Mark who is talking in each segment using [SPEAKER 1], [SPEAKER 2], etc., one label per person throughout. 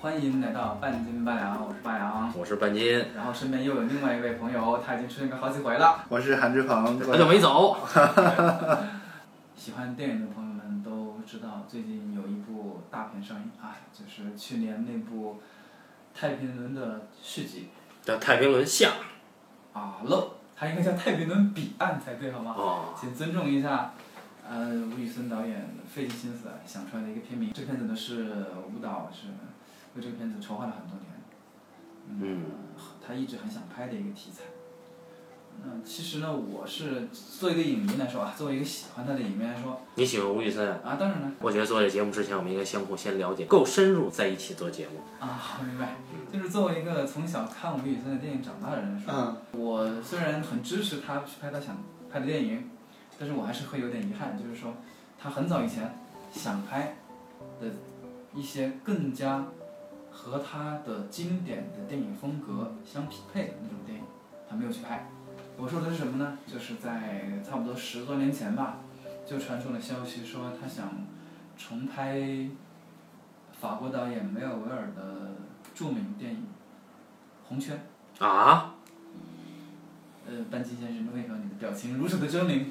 [SPEAKER 1] 欢迎来到半斤八两，我是八两。
[SPEAKER 2] 我是半斤，
[SPEAKER 1] 然后身边又有另外一位朋友，他已经出现过好几回了。
[SPEAKER 3] 我是韩志鹏，
[SPEAKER 2] 很久没走。
[SPEAKER 1] 喜欢电影的朋友们都知道，最近有一部大片上映啊，就是去年那部《太平轮》的续集
[SPEAKER 2] 叫太平轮下
[SPEAKER 1] 啊漏，它应该叫《太平轮彼岸》才对，好吗？
[SPEAKER 3] 哦
[SPEAKER 2] 啊，
[SPEAKER 1] 请尊重一下，呃，吴宇森导演费尽心思想出来的一个片名。这片子呢是舞蹈是为这个片子筹划了很多年，
[SPEAKER 2] 嗯，
[SPEAKER 1] 啊他一直很想拍的一个题材。那其实呢，我是作为一个影迷来说啊，作为一个喜欢他的影迷来说
[SPEAKER 2] 嗯你喜欢吴宇森啊？
[SPEAKER 1] 啊，当然了
[SPEAKER 2] 我觉得做这节目之前，我们应该相互先了解，够深入在一起做节目。
[SPEAKER 1] 啊，好明白，就是作为一个从小看吴宇森的电影长大的人来说，
[SPEAKER 3] 嗯，
[SPEAKER 1] 我虽然很支持他去拍他想拍的电影，但是我还是会有点遗憾，就是说他很早以前想拍的一些更加和他的经典的电影风格相匹配的那种电影，他没有去拍。我说的是什么呢？就是在差不多十多年前吧，就传出了消息说他想重拍法国导演梅尔维尔的著名电影《红圈》。
[SPEAKER 2] 啊，
[SPEAKER 1] 呃，班基先生，为何你的表情如此的狰狞？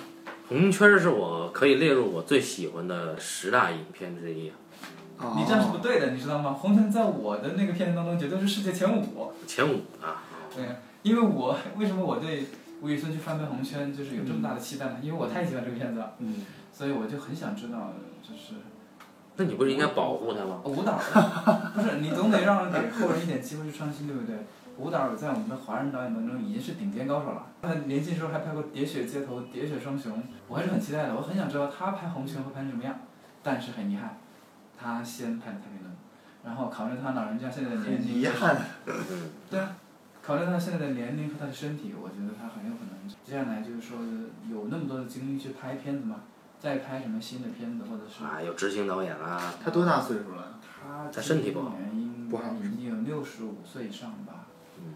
[SPEAKER 2] 红圈是我可以列入我最喜欢的十大影片之一，啊
[SPEAKER 3] 哦
[SPEAKER 1] 你这样是不对的，你知道吗？红尘在我的那个片子当中绝对是世界前五。
[SPEAKER 2] 前五啊。
[SPEAKER 1] 对，因为我为什么我对吴宇森去翻拍《红圈》就是有这么大的期待呢？因为我太喜欢这个片子了，
[SPEAKER 3] 嗯，
[SPEAKER 1] 所以我就很想知道，就是
[SPEAKER 2] 那你不是应该保护他吗？
[SPEAKER 1] 哦舞蹈，不是你总得让给后人一点机会去创新，对不对？舞蹈在我们的华人导演当中已经是顶尖高手了。他年轻时候还拍过《喋血街头》《喋血双雄》，我还是很期待的，我很想知道他拍《红拳》会拍成什么样。啊但是很遗憾，他先拍了《太平轮》，然后考虑他老人家现在的年
[SPEAKER 3] 很
[SPEAKER 1] 龄
[SPEAKER 3] 遗，憾，
[SPEAKER 2] 嗯，
[SPEAKER 1] 对啊，考虑他现在的年龄和他的身体，我觉得他很有可能接下来就是说有那么多的精力去拍片子嘛，再拍什么新的片子或者是
[SPEAKER 2] 啊，有执行导演啦，
[SPEAKER 3] 他多大岁数了？
[SPEAKER 1] 他
[SPEAKER 2] 他身体不好，
[SPEAKER 1] 应
[SPEAKER 3] 不
[SPEAKER 1] 该
[SPEAKER 3] 好
[SPEAKER 1] 已经有六十五岁以上吧，
[SPEAKER 2] 嗯，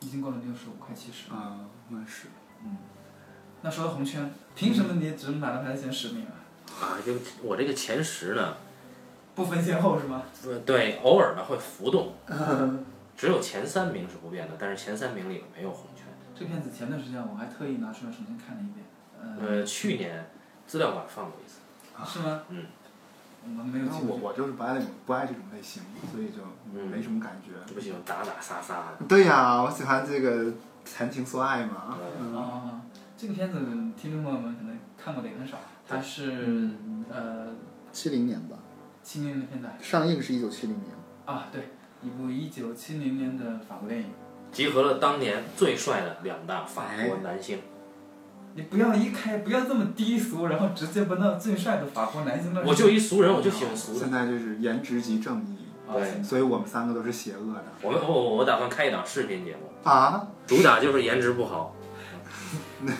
[SPEAKER 1] 已经过了六十五，快七十。
[SPEAKER 3] 啊，那是，
[SPEAKER 1] 那说到红圈，凭什么你只能把它排在前十名啊？
[SPEAKER 2] 啊，就我这个前十呢，
[SPEAKER 1] 不分先后是吗？
[SPEAKER 2] 呃对，偶尔呢会浮动，只有前三名是不变的，但是前三名里没有红圈。
[SPEAKER 1] 这片子前段时间我还特意拿出来重新看了一遍，呃，
[SPEAKER 2] 呃，去年资料馆放过一次，
[SPEAKER 1] 是吗？
[SPEAKER 2] 嗯，
[SPEAKER 1] 我们没有啊
[SPEAKER 3] 那
[SPEAKER 1] 进
[SPEAKER 3] 我
[SPEAKER 1] 去。
[SPEAKER 3] 我就是不爱不爱这种类型，所以就
[SPEAKER 2] 嗯
[SPEAKER 3] 没什么感觉。
[SPEAKER 2] 不喜欢打打杀杀的。
[SPEAKER 3] 对呀、我喜欢这个谈情说爱嘛。
[SPEAKER 1] 啊、
[SPEAKER 3] 嗯，
[SPEAKER 1] 这个片子听众朋友们可能看过的也很少，它是
[SPEAKER 2] 嗯
[SPEAKER 1] 呃
[SPEAKER 3] 七零年吧，
[SPEAKER 1] 七零年的片子
[SPEAKER 3] 上映是一九七零年。
[SPEAKER 1] 啊，对，一部一九七零年的法国电影。
[SPEAKER 2] 集合了当年最帅的两大法国男星，
[SPEAKER 1] 你不要一开，不要这么低俗，然后直接奔到最帅的法国男星那里。
[SPEAKER 2] 我就一俗人，我就喜欢俗的
[SPEAKER 3] 现。在就是颜值即正义，
[SPEAKER 2] 对
[SPEAKER 3] 所以我们三个都是邪恶的
[SPEAKER 2] 我们我我我打算开一档视频节目，
[SPEAKER 3] 啊。
[SPEAKER 2] 主打就是颜值不好，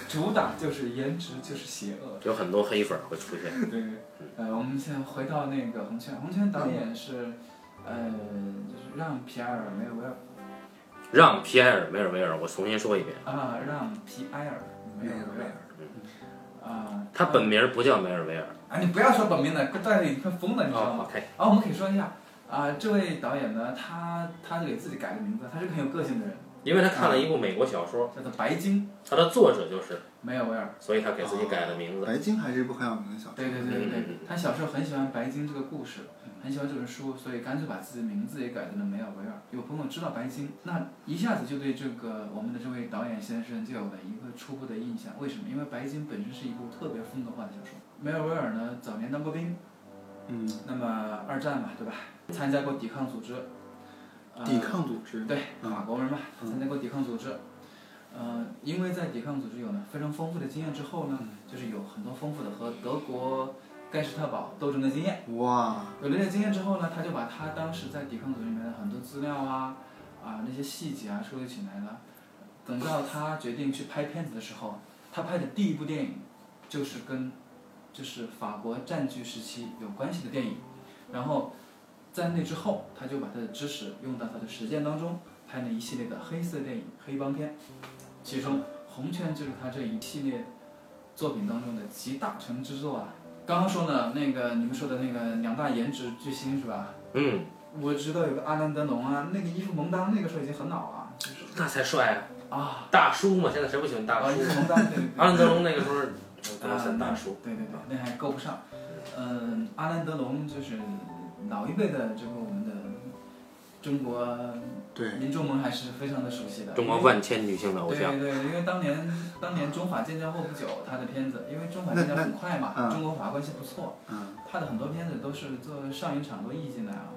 [SPEAKER 1] 主打就是颜值就是邪恶。
[SPEAKER 2] 有很多黑粉会出现。
[SPEAKER 1] 对，呃，我们先回到那个红圈，红圈导演是，呃，就是让皮埃尔梅尔维尔
[SPEAKER 2] 让皮埃尔梅尔维尔，我重新说一遍，
[SPEAKER 1] 啊，让皮埃尔梅尔维尔啊，
[SPEAKER 2] 他本名不叫梅尔维尔。
[SPEAKER 1] 啊，你不要说本名了，大家已经快疯了，你知道吗？
[SPEAKER 2] 哦，OK，
[SPEAKER 1] 啊，我们可以说一下啊，这位导演呢，他他给自己改了名字，他是个很有个性的人，
[SPEAKER 2] 因为他看了一部美国小说，
[SPEAKER 1] 叫做白金
[SPEAKER 2] 他的作者就是，
[SPEAKER 1] 梅尔维尔。
[SPEAKER 2] 所以他给自己改了名
[SPEAKER 1] 哦
[SPEAKER 2] 字。
[SPEAKER 3] 白金还是一部很有名的小说。
[SPEAKER 1] 对对对对对
[SPEAKER 2] 嗯，
[SPEAKER 1] 他小时候很喜欢白金这个故事，
[SPEAKER 3] 嗯
[SPEAKER 1] 很喜欢这本书，所以干脆把自己的名字也改成了梅尔维尔。有朋友知道白金，那一下子就对这个我们的这位导演先生就有了一个初步的印象。为什么？因为白金本身是一部特别风格化的小说。梅尔维尔呢，早年当过兵，
[SPEAKER 3] 嗯，
[SPEAKER 1] 那么二战嘛，对吧？参加过抵抗组织，呃
[SPEAKER 3] 抵抗组织。
[SPEAKER 1] 对，
[SPEAKER 3] 嗯
[SPEAKER 1] 法国人嘛，
[SPEAKER 3] 嗯
[SPEAKER 1] 参加过抵抗组织，呃，因为在抵抗组织有了非常丰富的经验之后
[SPEAKER 3] 嗯
[SPEAKER 1] 呢，就是有很多丰富的和德国盖世特堡斗争的经验。
[SPEAKER 3] 哇，
[SPEAKER 1] 有了这经验之后呢，他就把他当时在抵抗组织里面的很多资料啊、啊那些细节啊收集起来了。等到他决定去拍片子的时候，他拍的第一部电影就是跟就是法国占据时期有关系的电影。然后在那之后，他就把他的知识用到他的实践当中，拍了一系列的黑色电影、黑帮片，其中《红圈》就是他这一系列作品当中的集大成之作啊。刚刚说呢，那个你们说的那个两大颜值巨星是吧？
[SPEAKER 2] 嗯，
[SPEAKER 1] 我知道有个阿兰德龙啊，那个伊夫蒙当那个时候已经很老了，就是
[SPEAKER 2] 那才帅啊！
[SPEAKER 1] 啊，
[SPEAKER 2] 大叔嘛，现在谁不喜欢大
[SPEAKER 1] 啊，伊
[SPEAKER 2] 叔？
[SPEAKER 1] 夫蒙当 对对对。
[SPEAKER 2] 阿兰德龙那个时候，不能
[SPEAKER 1] 啊，
[SPEAKER 2] 算大叔。
[SPEAKER 1] 对对对，那还够不上。嗯，阿兰德龙就是老一辈的这个我们的中国
[SPEAKER 3] 对，
[SPEAKER 1] 民众们还是非常的熟悉的。
[SPEAKER 2] 中国万千女性的偶像，
[SPEAKER 1] 对对对，因为当年当年中法建交后不久，他的片子，因为中法建交很快嘛，
[SPEAKER 3] 那那嗯
[SPEAKER 1] 中国法关系不错，
[SPEAKER 3] 嗯，
[SPEAKER 1] 他的很多片子都是做上映场都引进来啊，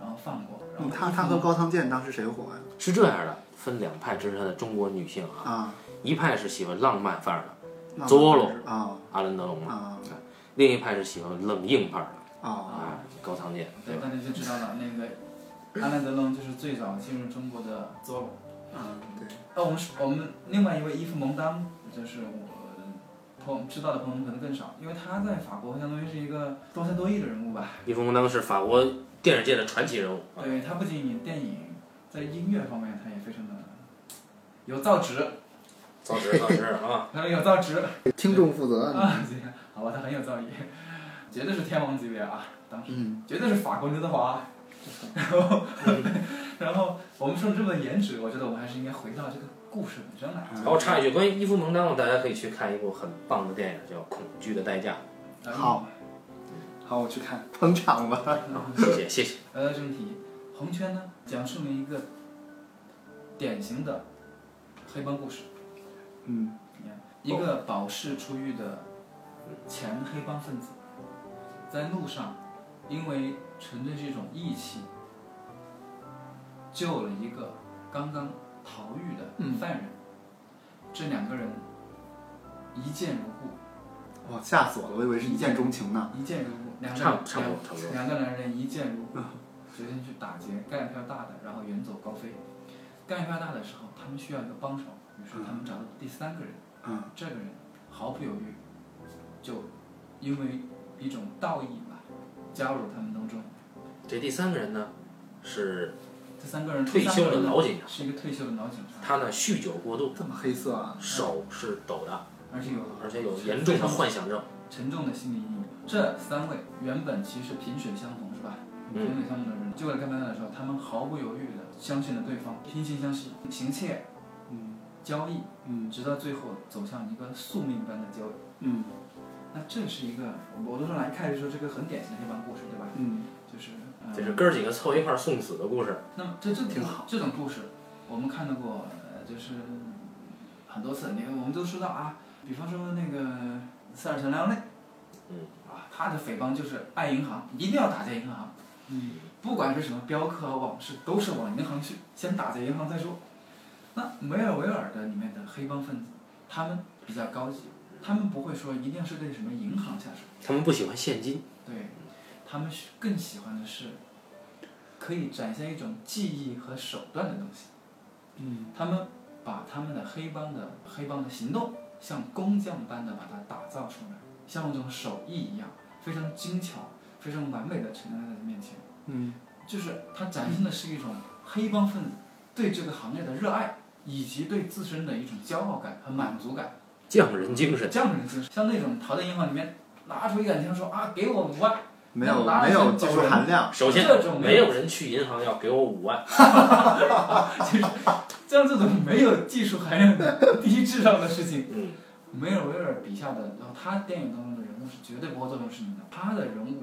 [SPEAKER 1] 然后放过。然后
[SPEAKER 3] 嗯他他和高仓健当时谁火呀？
[SPEAKER 2] 是这样的，分两派支持他的中国女性啊，
[SPEAKER 3] 啊，
[SPEAKER 2] 一派是喜欢浪漫范儿的
[SPEAKER 3] 那
[SPEAKER 2] Zorro
[SPEAKER 3] 啊
[SPEAKER 2] 阿兰德龙嘛，
[SPEAKER 3] 啊
[SPEAKER 2] 另一派是喜欢冷硬派儿的
[SPEAKER 3] 啊，
[SPEAKER 2] 啊，高仓健，对
[SPEAKER 1] 哦对，
[SPEAKER 2] 吧？
[SPEAKER 1] 大家就知道了，那个阿兰德龙就是最早进入中国的 Zorro。
[SPEAKER 3] 嗯，对，
[SPEAKER 1] 那我们是我们另外一位伊夫蒙当，就是我朋友知道的朋友们可能更少，因为他在法国相当于是一个多才多艺的人物吧。
[SPEAKER 2] 伊芙蒙当是法国电视界的传奇人物啊，
[SPEAKER 1] 对他不仅演电影，在音乐方面他也非常的有造诣，
[SPEAKER 2] 造纸造纸 啊，
[SPEAKER 1] 他有造诣
[SPEAKER 3] 听众负责，
[SPEAKER 1] 啊，这个 好吧，他很有造诣，绝对是天王级别啊，当时、
[SPEAKER 3] 嗯
[SPEAKER 1] 绝对是法国刘德华。 然后，然后我们说这么颜值，我觉得我们还是应该回到这个故事本身来。
[SPEAKER 2] 然
[SPEAKER 3] 嗯
[SPEAKER 2] 后插一句，关于伊芙蒙当，大家可以去看一部很棒的电影，叫《恐惧的代价
[SPEAKER 1] 呃
[SPEAKER 3] 好好，我去看， 捧场吧。》
[SPEAKER 2] 啊，谢谢谢谢。
[SPEAKER 1] 嗯来到正题，红圈呢，讲述了一个典型的黑帮故事。
[SPEAKER 3] 嗯，
[SPEAKER 1] 一个保释出狱的前黑帮分子，在路上因为纯粹是一种义气，救了一个刚刚逃狱的
[SPEAKER 2] 嗯
[SPEAKER 1] 犯人。这两个人一见如故，
[SPEAKER 3] 哇，哦吓死我了，我以为是一见钟情呢。
[SPEAKER 1] 一见如故，两个
[SPEAKER 2] 啊差
[SPEAKER 1] 人
[SPEAKER 2] 不差不多差不多嗯
[SPEAKER 1] 两个男人一见如故， 决定去打劫，干一票大的，然后远走高飞。干一票大的时候，他们需要一个帮手，于是他们找到第三个人。
[SPEAKER 3] 嗯
[SPEAKER 1] 这个人毫不犹豫，就因为一种道义吧，加入他们当中。
[SPEAKER 2] 这第三个人呢，是
[SPEAKER 1] 这嗯三个人
[SPEAKER 2] 退休的老警察，
[SPEAKER 1] 是一个退休的老警察，
[SPEAKER 2] 他呢酗酒过度，
[SPEAKER 3] 这么黑色
[SPEAKER 1] 嗯
[SPEAKER 3] 啊？
[SPEAKER 2] 手是抖的，
[SPEAKER 1] 而且有
[SPEAKER 2] 而且有严重的幻想症。
[SPEAKER 1] 沉重的心理阴影。这三位原本其实萍水相逢，是吧？萍
[SPEAKER 2] 嗯
[SPEAKER 1] 水相逢的人，就在干嘛的时候，他们毫不犹豫的相信了对方，惺惺相惜，行窃、
[SPEAKER 3] 嗯
[SPEAKER 1] 交易，
[SPEAKER 3] 嗯
[SPEAKER 1] 直到最后走向一个宿命般的交易。
[SPEAKER 3] 嗯
[SPEAKER 1] 那这是一个，我都说来看就说这个很典型的黑帮故事，对吧？
[SPEAKER 3] 嗯，
[SPEAKER 1] 就是，呃
[SPEAKER 2] 这是哥儿几个凑一块儿送死的故事。
[SPEAKER 1] 那么这这
[SPEAKER 3] 挺好。
[SPEAKER 1] 这种故事我们看到过，呃就是很多次。你看，我们都说到啊，比方说那个塞尔陈良内，
[SPEAKER 2] 嗯，
[SPEAKER 1] 啊，他的匪帮就是爱银行，一定要打劫银行。
[SPEAKER 3] 嗯，
[SPEAKER 1] 不管是什么镖客和往事，都是往银行去，先打劫银行再说。那梅尔维尔的里面的黑帮分子，他们比较高级，他们不会说一定是对什么银行下手。
[SPEAKER 2] 他们不喜欢现金，
[SPEAKER 1] 对，他们是更喜欢的是可以展现一种技艺和手段的东西。
[SPEAKER 3] 嗯，
[SPEAKER 1] 他们把他们的黑帮的黑帮的行动，像工匠般的把它打造出来，像一种手艺一样，非常精巧、非常完美的呈现在你面前。
[SPEAKER 3] 嗯，
[SPEAKER 1] 就是它展现的是一种黑帮分子对这个行业的热爱，以及对自身的一种骄傲感和满足感。
[SPEAKER 2] 匠人精神。
[SPEAKER 1] 这样的人精神，像那种逃到银行里面拿出一杆枪说啊，给我五万。
[SPEAKER 3] 没有没有技术含量。
[SPEAKER 2] 啊首先
[SPEAKER 1] 这种，
[SPEAKER 2] 没有人去银行要给我五万，
[SPEAKER 1] 像这种没有技术含量的低智商的事情，
[SPEAKER 2] 嗯，
[SPEAKER 1] 梅尔维尔笔下的，然后他电影当中的人物是绝对不会做这种事情的。他的人物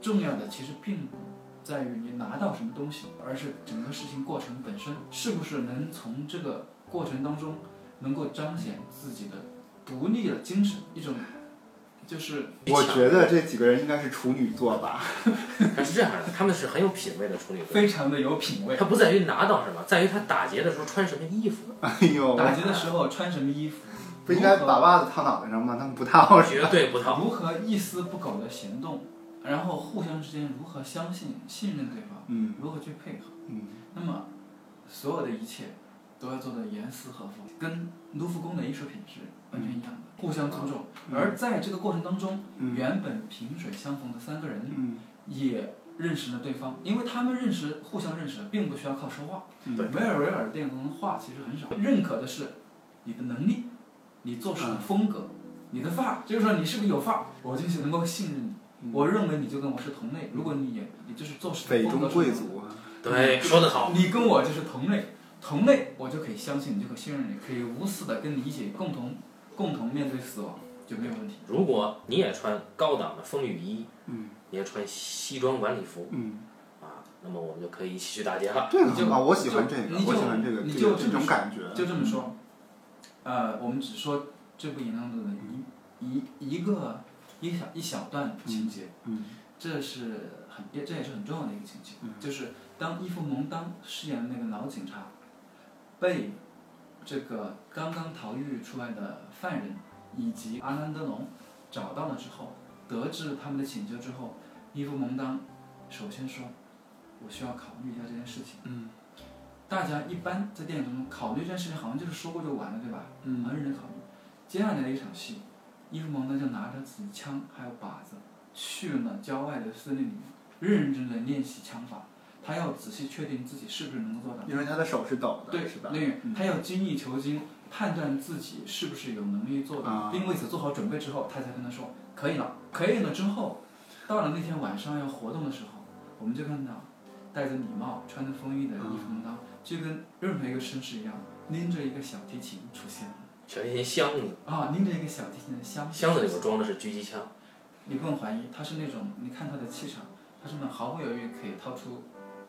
[SPEAKER 1] 重要的其实并不在于你拿到什么东西，而是整个事情过程本身是不是能从这个过程当中能够彰显自己的独立的精神，一种就是
[SPEAKER 3] 我觉得这几个人应该是处女座吧。
[SPEAKER 2] 他是这样的，他们是很有品位的处女座。
[SPEAKER 1] 非常的有品位。
[SPEAKER 2] 他不在于拿到什么，在于他打劫的时候穿什么衣服，
[SPEAKER 3] 哎呦，
[SPEAKER 1] 打劫的时候穿什么衣服，
[SPEAKER 3] 不应该
[SPEAKER 1] 如何
[SPEAKER 3] 把袜子套脑袋上吗？他们不套是
[SPEAKER 2] 绝
[SPEAKER 3] 吧？
[SPEAKER 2] 对不套。
[SPEAKER 1] 如何一丝不苟的行动，然后互相之间如何相信、信任对方，
[SPEAKER 3] 嗯
[SPEAKER 1] 如何去配合。
[SPEAKER 3] 嗯
[SPEAKER 1] 那么，所有的一切都要做得严丝合缝，跟卢浮宫的艺术品质完全一样的，互相尊重。
[SPEAKER 3] 嗯
[SPEAKER 1] 而在这个过程当中，
[SPEAKER 3] 嗯
[SPEAKER 1] 原本萍水相逢的三个人
[SPEAKER 3] 嗯
[SPEAKER 1] 也认识了对方，因为他们认识，互相认识，并不需要靠说话。
[SPEAKER 3] 嗯
[SPEAKER 1] 梅尔维尔的电影中的话其实很少，认可的是你的能力，你做事的风格，你的范儿，就是说你是不是有范儿，我就是能够信任你。我认为你就跟我是同类，如果你也也就是做事
[SPEAKER 3] 北中
[SPEAKER 1] 风
[SPEAKER 3] 贵
[SPEAKER 1] 格
[SPEAKER 3] 族啊，
[SPEAKER 2] 对，说得好，
[SPEAKER 1] 是，你跟我就是同类，同类我就可以相信你，就可以信任你，可以无私的跟你一起共同共同面对死亡，就没有问题。
[SPEAKER 2] 如果你也穿高档的风雨衣，
[SPEAKER 3] 嗯
[SPEAKER 2] 你也穿西装晚礼服
[SPEAKER 3] 嗯，
[SPEAKER 2] 啊，那么我们就可以一起去大街了。
[SPEAKER 3] 这个很好，
[SPEAKER 1] 就
[SPEAKER 3] 我喜欢这
[SPEAKER 1] 就
[SPEAKER 3] 个
[SPEAKER 1] 你，就
[SPEAKER 3] 我喜欢这个
[SPEAKER 1] 你
[SPEAKER 3] 这
[SPEAKER 1] 就
[SPEAKER 3] 个
[SPEAKER 1] 这
[SPEAKER 3] 这种
[SPEAKER 1] 么
[SPEAKER 3] 感觉，
[SPEAKER 1] 就这么说，呃，我们只说这部影当中的一一一个一小一小段情节，
[SPEAKER 3] 嗯
[SPEAKER 1] 这是很也这也是很重要的一个情节，
[SPEAKER 3] 嗯
[SPEAKER 1] 就是当伊芙蒙当饰演的那个老警察被这个刚刚逃狱出来的犯人以及阿兰德龙找到了之后，得知他们的请求之后，伊芙蒙当首先说：“我需要考虑一下这件事情。”
[SPEAKER 3] 嗯
[SPEAKER 1] 大家一般在电影当中考虑这件事情，好像就是说过就完了，对吧？
[SPEAKER 3] 嗯
[SPEAKER 1] 很认真考虑。接下来的一场戏，伊芙蒙呢就拿着自己枪还有靶子，去了郊外的森林里面，认认真真地练习枪法。他要仔细确定自己是不是能够做到。
[SPEAKER 3] 因为他的手是抖的，
[SPEAKER 1] 对，
[SPEAKER 3] 是吧？
[SPEAKER 1] 那个他要精益求精，判断自己是不是有能力做到，
[SPEAKER 3] 啊
[SPEAKER 1] 并为此做好准备之后，他才跟他说可以了，可以了之后，到了那天晚上要活动的时候，我们就看到戴着礼帽、穿着风衣的伊芙蒙当，就跟任何一个绅士一样，拎着一个小提琴出现了
[SPEAKER 2] 小提琴箱子，
[SPEAKER 1] 啊，拎着一个小提琴的箱
[SPEAKER 2] 箱子里边装的是狙击枪，
[SPEAKER 1] 你不用怀疑，他是那种你看他的气场，他是那种毫不犹豫可以掏出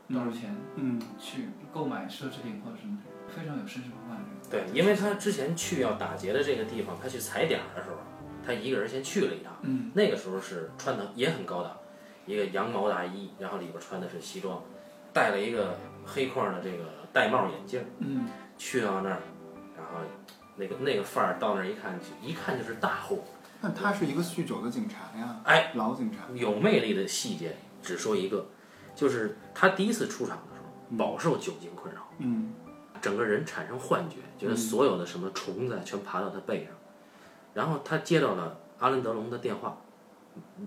[SPEAKER 1] 多少钱
[SPEAKER 3] 嗯
[SPEAKER 1] 去购买奢侈品或者什么的，非常有绅士风范的人。
[SPEAKER 2] 对，因为他之前去要打劫的这个地方，他去踩点儿的时候，他一个人先去了一趟。
[SPEAKER 1] 嗯，
[SPEAKER 2] 那个时候是穿的也很高档，一个羊毛大衣，然后里边穿的是西装，戴了一个黑框的这个戴帽眼镜。
[SPEAKER 1] 嗯，
[SPEAKER 2] 去到那儿，然后那个那个范儿到那儿一看，一看就是大户，
[SPEAKER 3] 但他是一个酗酒的警察呀，
[SPEAKER 2] 哎，
[SPEAKER 3] 老警察，
[SPEAKER 2] 有魅力的细节只说一个，就是他第一次出场的时候，饱受酒精困扰，
[SPEAKER 3] 嗯
[SPEAKER 2] 整个人产生幻觉，觉得所有的什么虫子啊全爬到他背上。然后他接到了阿兰德龙的电话，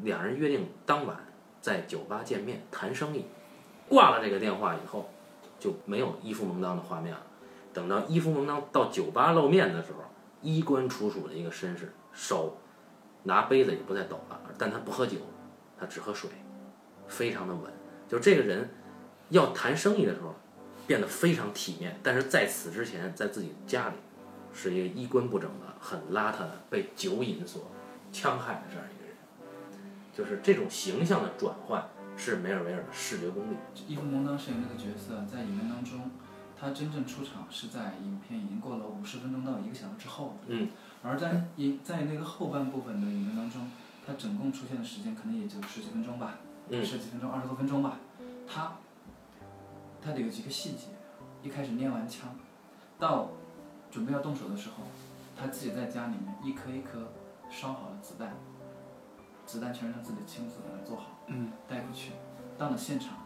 [SPEAKER 2] 两人约定当晚在酒吧见面谈生意。挂了这个电话以后，就没有伊夫蒙当的画面了。等到伊夫蒙当到酒吧露面的时候，衣冠楚楚的一个绅士，手拿杯子也不再抖了，但他不喝酒，他只喝水，非常的稳。就这个人要谈生意的时候，变得非常体面，但是在此之前，在自己家里是一个衣冠不整的、很邋遢的、被酒瘾所戕害的这样一个人。就是这种形象的转换是梅尔维尔的视觉功力。
[SPEAKER 1] 伊芙蒙当饰演这个角色，在影片当中，他真正出场是在影片已经过了五十分钟到一个小时之后。
[SPEAKER 2] 嗯。
[SPEAKER 1] 而在影在那个后半部分的影片当中，他总共出现的时间可能也就十几分钟吧，
[SPEAKER 2] 嗯，
[SPEAKER 1] 十几分钟、二十多分钟吧。他，他的有几个细节，一开始练完枪，到准备要动手的时候，他自己在家里面一颗一颗烧好了子弹，子弹全是他自己亲自把它做好。
[SPEAKER 3] 嗯
[SPEAKER 1] 带过去，到了现场，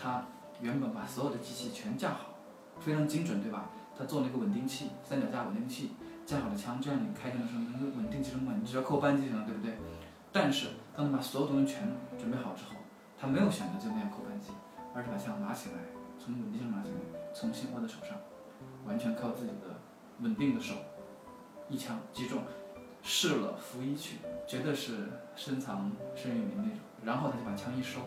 [SPEAKER 1] 他原本把所有的机器全架好，非常精准，对吧？他做了一个稳定器，三脚架稳定器，架好了枪，这样你开枪的时候，那个稳定器什么，你只要扣扳机就行了，对不对？但是当他把所有东西全准备好之后，他没有选择就那样扣扳机，而是把枪拿起来，从稳定上拿起来，重新握在手上，完全靠自己的稳定的手，一枪击中，试了服一去，绝对是深藏身与名那种。然后他就把枪一收，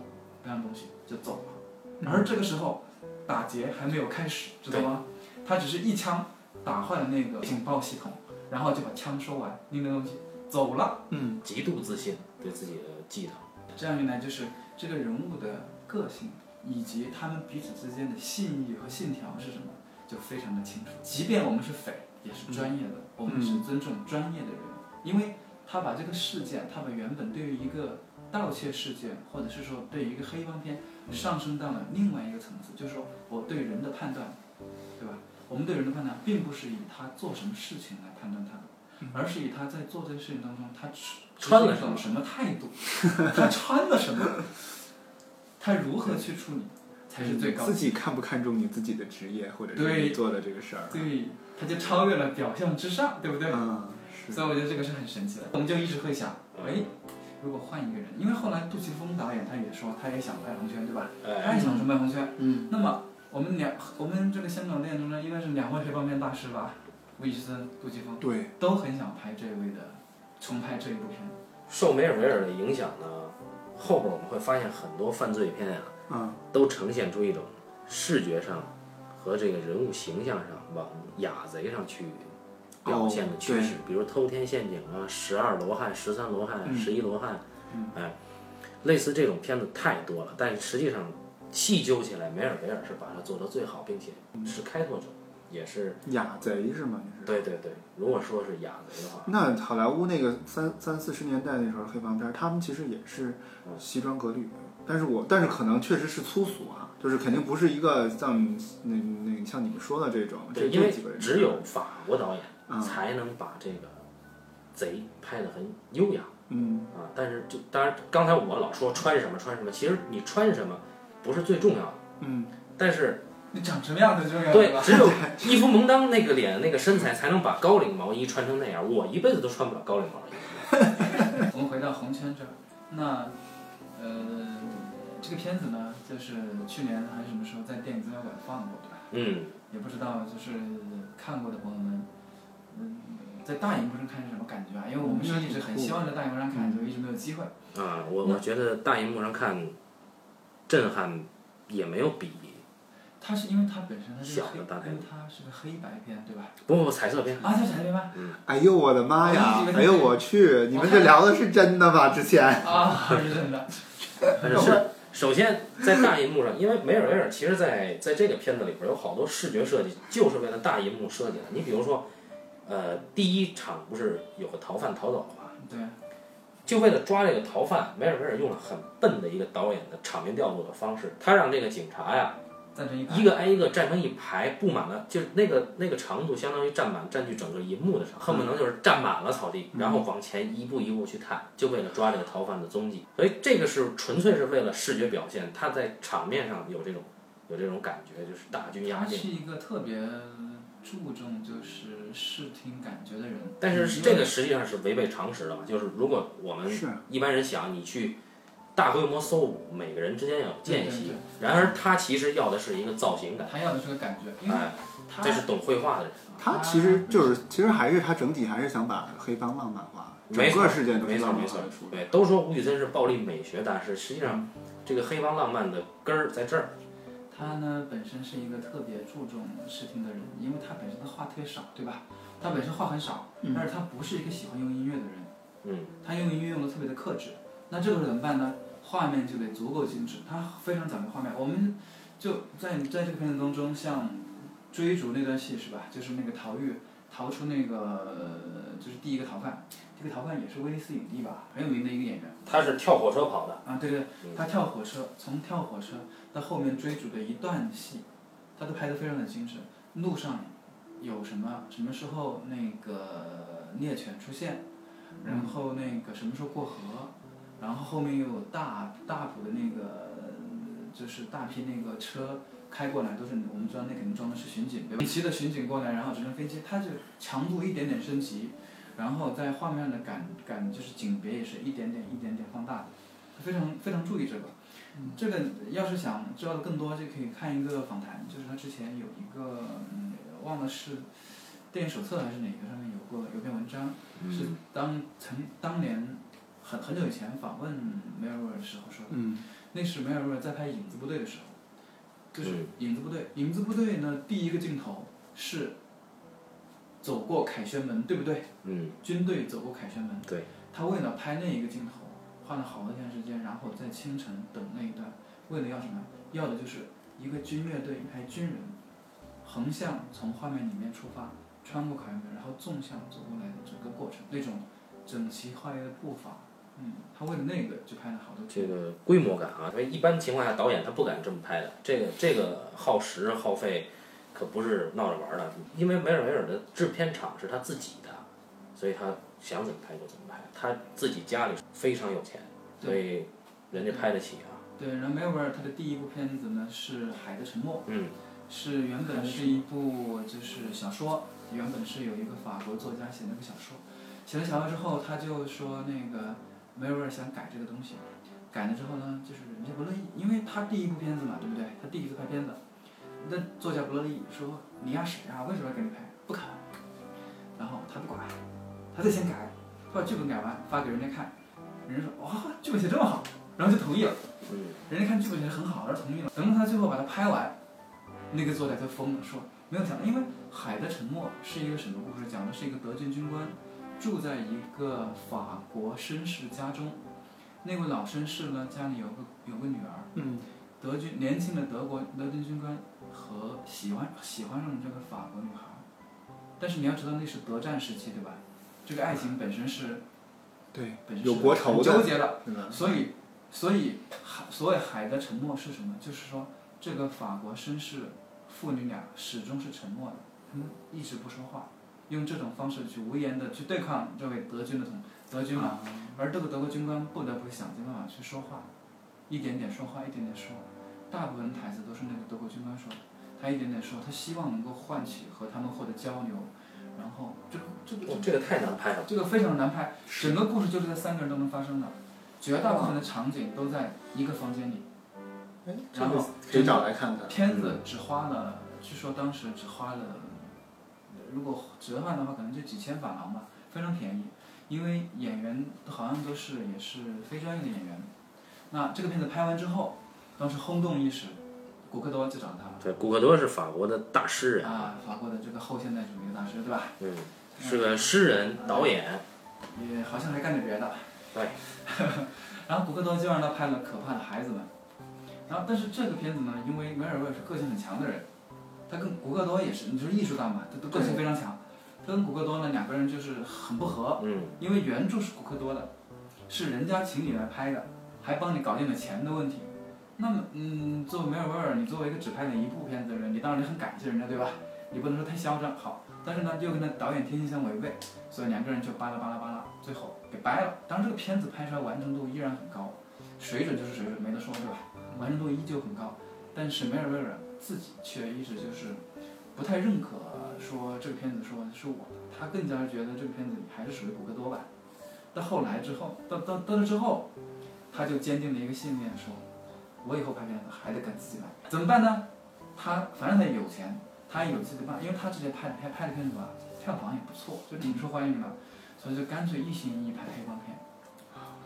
[SPEAKER 1] 不要东西就走了。而这个时候，打劫还没有开始，知道吗？他只是一枪打坏了那个警报系统，然后就把枪收完，拎着东西走了。
[SPEAKER 3] 嗯
[SPEAKER 2] 极度自信，对自己的技能。
[SPEAKER 1] 这样一来，就是这个人物的个性以及他们彼此之间的信义和信条是什么，就非常的清楚。即便我们是匪，也是专业的，我们是尊重专业的人，因为他把这个事件，他把原本对于一个盗窃事件，或者是说对于一个黑帮片，上升到了另外一个层次，就是说我对人的判断，对吧？我们对人的判断，并不是以他做什么事情来判断他的，而是以他在做这个事情当中，他持
[SPEAKER 2] 穿了
[SPEAKER 1] 持一种什么态度。他穿了什么，他如何去处理，才是最高
[SPEAKER 3] 自
[SPEAKER 1] 级。
[SPEAKER 3] 己看不看重你自己的职业，或者是
[SPEAKER 1] 对
[SPEAKER 3] 你做的这个事儿，啊
[SPEAKER 1] 对，他就超越了表象之上，对不对？
[SPEAKER 3] 嗯，是
[SPEAKER 1] 所以我觉得这个是很神奇的。我们就一直会想，哎，如果换一个人，因为后来杜琪峰导演他也说，他也想拍红圈，对吧？他
[SPEAKER 2] 哎，
[SPEAKER 1] 也想出卖红圈。
[SPEAKER 3] 嗯
[SPEAKER 1] 那么我们两，我们这个香港电影中呢，应该是两位黑帮片大师吧，吴宇森、杜琪峰
[SPEAKER 3] 对，
[SPEAKER 1] 都很想拍这一位的重拍这一部片，
[SPEAKER 2] 受梅尔维尔的影响呢，后边我们会发现很多犯罪片啊，
[SPEAKER 3] 嗯，
[SPEAKER 2] 都呈现出一种视觉上和这个人物形象上往雅贼上去
[SPEAKER 3] 哦
[SPEAKER 2] 表现的趋势，比如偷天陷阱啊、十二罗汉、十三罗汉、
[SPEAKER 3] 嗯
[SPEAKER 2] 十一罗汉，哎，类似这种片子太多了。但实际上细究起来，梅尔维尔是把它做得最好，并且是开拓者，也是
[SPEAKER 3] 雅贼是吗？嗯你是？
[SPEAKER 2] 对对对。如果说是雅贼的话，
[SPEAKER 3] 那好莱坞那个三三四十年代那时候黑帮片儿，他们其实也是西装革履，但是我但是可能确实是粗俗啊，就是肯定不是一个像那那像你们说的这种，这
[SPEAKER 2] 对，因为
[SPEAKER 3] 这几个人
[SPEAKER 2] 只有法国导演
[SPEAKER 3] 嗯
[SPEAKER 2] 才能把这个贼拍得很优雅。
[SPEAKER 3] 嗯
[SPEAKER 2] 啊，但是就当然，刚才我老说穿什么穿什么，其实你穿什么不是最重要的，
[SPEAKER 3] 嗯
[SPEAKER 2] 但是
[SPEAKER 1] 你长什么样最重要
[SPEAKER 2] 对
[SPEAKER 1] 吧，？
[SPEAKER 2] 只有伊芙蒙当那个脸那个身材才能把高领毛衣穿成那样，我一辈子都穿不了高领毛衣。
[SPEAKER 1] 我们回到红圈这儿，那呃，这个片子呢，就是去年还是什么时候在电影资料馆放过，对吧？
[SPEAKER 2] 嗯，
[SPEAKER 1] 也不知道就是看过的朋友们，嗯，在大荧幕上看是什么感觉啊？因为我们是一直很希望在大荧幕上看，就一直没有机会。
[SPEAKER 2] 啊，我我觉得大荧幕上看，震撼也没有比
[SPEAKER 1] 它是因为它本身它是个
[SPEAKER 2] 小
[SPEAKER 1] 黑，
[SPEAKER 2] 的大
[SPEAKER 1] 因为它是个黑白片，对吧？
[SPEAKER 2] 不不不彩色片，
[SPEAKER 1] 啊，它是黑白吗？
[SPEAKER 3] 哎呦我的妈呀
[SPEAKER 1] 我一！直以为
[SPEAKER 3] 哎呦我去，你们这聊的是真的吧？之前
[SPEAKER 1] 啊，是真的。
[SPEAKER 2] 但是呃是首先在大荧幕上，因为梅尔维尔其实在在这个片子里边有好多视觉设计就是为了大荧幕设计的。你比如说，呃，第一场不是有个逃犯逃走了吗？
[SPEAKER 1] 对，
[SPEAKER 2] 就为了抓这个逃犯，梅尔维尔用了很笨的一个导演的场面调度的方式，他让这个警察呀
[SPEAKER 1] 赞成一排
[SPEAKER 2] 一个挨一个站成一排，布满了就是那个那个长度相当于占满占据整个银幕的长，恨不能就是占满了草地，
[SPEAKER 1] 嗯
[SPEAKER 2] 然后往前一步一步去探，就为了抓这个逃犯的踪迹。所以这个是纯粹是为了视觉表现，他在场面上有这种有这种感觉，就是大军压
[SPEAKER 1] 他
[SPEAKER 2] 境。
[SPEAKER 1] 是一个特别注重就是视听感觉的人，
[SPEAKER 2] 但是
[SPEAKER 1] 因为
[SPEAKER 2] 这个实际上是违背常识的嘛，就是如果我们
[SPEAKER 3] 是
[SPEAKER 2] 一般人想你去大规模搜捕，每个人之间要有间
[SPEAKER 1] 对
[SPEAKER 2] 隙
[SPEAKER 1] 对。
[SPEAKER 2] 然而他其实要的是一个造型感，
[SPEAKER 1] 他要的是个感觉，因为
[SPEAKER 2] 哎，
[SPEAKER 1] 他
[SPEAKER 2] 这是懂绘画的人，
[SPEAKER 3] 他其实就是其实还是他整体还是想把黑帮浪漫化，
[SPEAKER 2] 没
[SPEAKER 3] 整
[SPEAKER 2] 错
[SPEAKER 3] 个事件都
[SPEAKER 2] 没
[SPEAKER 3] 是
[SPEAKER 2] 错
[SPEAKER 3] 浪漫
[SPEAKER 2] 没
[SPEAKER 3] 化
[SPEAKER 2] 错
[SPEAKER 3] 的处，理。
[SPEAKER 2] 对，都说吴宇森是暴力美学大师，实际上这个黑帮浪漫的根儿在这儿，
[SPEAKER 1] 他呢本身是一个特别注重视听的人，因为他本身他话特别少，对吧？他本身话很少，但是他不是一个喜欢用音乐的人，
[SPEAKER 2] 嗯，
[SPEAKER 1] 他用音乐用的特别的克制。那这个时候怎么办呢？画面就得足够精致，他非常讲究画面。我们就在在这个片子当中，像追逐那段戏是吧？就是那个逃狱逃出那个呃就是第一个逃犯，这个逃犯也是威尼斯影帝吧，很有名的一个演员。
[SPEAKER 2] 嗯他是跳火车跑的，
[SPEAKER 1] 啊，对对，他跳火车，从跳火车到后面追逐的一段戏，他都拍得非常的精致。路上有什么，什么时候那个呃猎犬出现，然后那个什么时候过河，然后后面又有大大埔的那个，就是大批那个车开过来，都是我们知道那肯定装的是巡警，对吧？你骑着巡警过来，然后直升飞机，它就强度一点点升级，然后在画面上的感感就是景别也是一点点一点点放大的，非常非常注意这个。这个要是想知道的更多，就可以看一个访谈，就是他之前有一个，嗯，忘了是电影手册还是哪个上面有过有篇文章，
[SPEAKER 2] 嗯
[SPEAKER 1] 是当曾当年很很久以前访问梅尔维尔的时候说的，
[SPEAKER 3] 嗯
[SPEAKER 1] 那是梅尔维尔在拍《影子部队》的时候，就是《
[SPEAKER 2] 嗯
[SPEAKER 1] 影子部队》。《影子部队》呢，第一个镜头是走过凯旋门，对不对？
[SPEAKER 2] 嗯，
[SPEAKER 1] 军队走过凯旋门。
[SPEAKER 2] 对。
[SPEAKER 1] 他为了拍那一个镜头，花了好多天时间，然后在清晨等那一段，为了要什么？要的就是一个军乐队，一排军人，横向从画面里面出发，穿过凯旋门，然后纵向走过来的整个过程，那种整齐划一的步伐，嗯，他为了那个就拍了好多
[SPEAKER 2] 这
[SPEAKER 1] 天。
[SPEAKER 2] 个规模感啊，因为一般情况下导演他不敢这么拍的，这个这个耗时耗费可不是闹着玩儿的，因为梅尔维尔的制片厂是他自己的，所以他想怎么拍就怎么拍，他自己家里非常有钱，所以人家拍得起啊，
[SPEAKER 1] 对，然后梅尔维尔他的第一部片子呢是《海的沉默》，
[SPEAKER 2] 嗯，
[SPEAKER 1] 是原本是一部就是小说，原本是有一个法国作家写了个小说，写了小说之后，他就说那个梅尔维尔想改这个东西，改了之后呢，就是人家不乐意，因为他第一部片子嘛，对不对？他第一次拍片子，那作家不乐意，说你呀谁呀，为什么要给你拍？不肯。然后他不管，他再先改，把剧本改完发给人家看，人家说哇、剧本写这么好，然后就同意了。
[SPEAKER 2] 嗯，
[SPEAKER 1] 人家看剧本写的很好，然后同意了。等到他最后把它拍完，那个作家就疯了，说没有想到，因为《海的沉默》是一个什么故事？讲的是一个德军军官住在一个法国绅士家中，那位老绅士呢家里有个有个女儿，
[SPEAKER 3] 嗯
[SPEAKER 1] 德军年轻的德国德军军官和喜欢喜欢上了这个法国女孩，但是你要知道那是德战时期，对吧？这个爱情本身是
[SPEAKER 3] 对，
[SPEAKER 1] 本身是
[SPEAKER 3] 有国
[SPEAKER 1] 很
[SPEAKER 3] 仇
[SPEAKER 1] 纠
[SPEAKER 3] 的，
[SPEAKER 1] 结的，
[SPEAKER 3] 对吧？
[SPEAKER 1] 所以，所以海所谓海的沉默是什么？就是说，这个法国绅士父女俩始终是沉默的，他们一直不说话，用这种方式去无言的去对抗这位德军的同德军嘛。而这个德国军官不得不想尽办法去说话，一点点说话，一点点说。大部分台词都是那个德国军官说的，他一点点说，他希望能够唤起和他们获得交流，然后这个嗯这个
[SPEAKER 2] 哦，这个太难拍了。
[SPEAKER 1] 这个非常难拍，整个故事就是在三个人当中发生的，绝大部分的场景都在一个房间里。
[SPEAKER 3] 哎，这
[SPEAKER 1] 然
[SPEAKER 3] 个
[SPEAKER 1] 后
[SPEAKER 3] 可以找来看看。
[SPEAKER 1] 片子只花了，据说当时只花了，如果折换的话，可能就几千法郎吧，非常便宜。因为演员好像都是也是非专业的演员。那这个片子拍完之后，当时轰动一时，古克多就找他
[SPEAKER 2] 对，古克多是法国的大诗人
[SPEAKER 1] 了，，啊，法国的这个后现代主义的大师，对吧？
[SPEAKER 2] 嗯，是个诗人、导演，
[SPEAKER 1] 也好像还干点别的。
[SPEAKER 2] 对。
[SPEAKER 1] 然后古克多就让他拍了《可怕的孩子们》，然后但是这个片子呢，因为梅尔维尔是个性很强的人，他跟古克多也是，你就是艺术家嘛，他都个性非常强。他跟古克多呢，两个人就是很不合，
[SPEAKER 2] 嗯，
[SPEAKER 1] 因为原著是古克多的，是人家请你来拍的，还帮你搞定了钱的问题。那么，嗯，作为梅尔维尔，你作为一个只拍了一部片子的人，你当然很感谢人家，对吧？你不能说太嚣张，好，但是呢，又跟那导演天性相违背，所以两个人就巴拉巴拉巴拉，最后给掰了。当然，这个片子拍出来完成度依然很高，水准就是水准，没得说，对吧？完成度依旧很高，但是梅尔维尔自己却一直就是不太认可说这个片子说是我的，他更加觉得这个片子还是属于古克多版。到后来之后，到到到了之后，他就坚定了一个信念，说，我以后拍片子还得跟自己来，怎么办呢？他反正他也有钱，他也有自己的办，因为他之前拍拍拍的片子吧，票房也不错，就挺受欢迎的，所以就干脆一心一意拍黑帮片，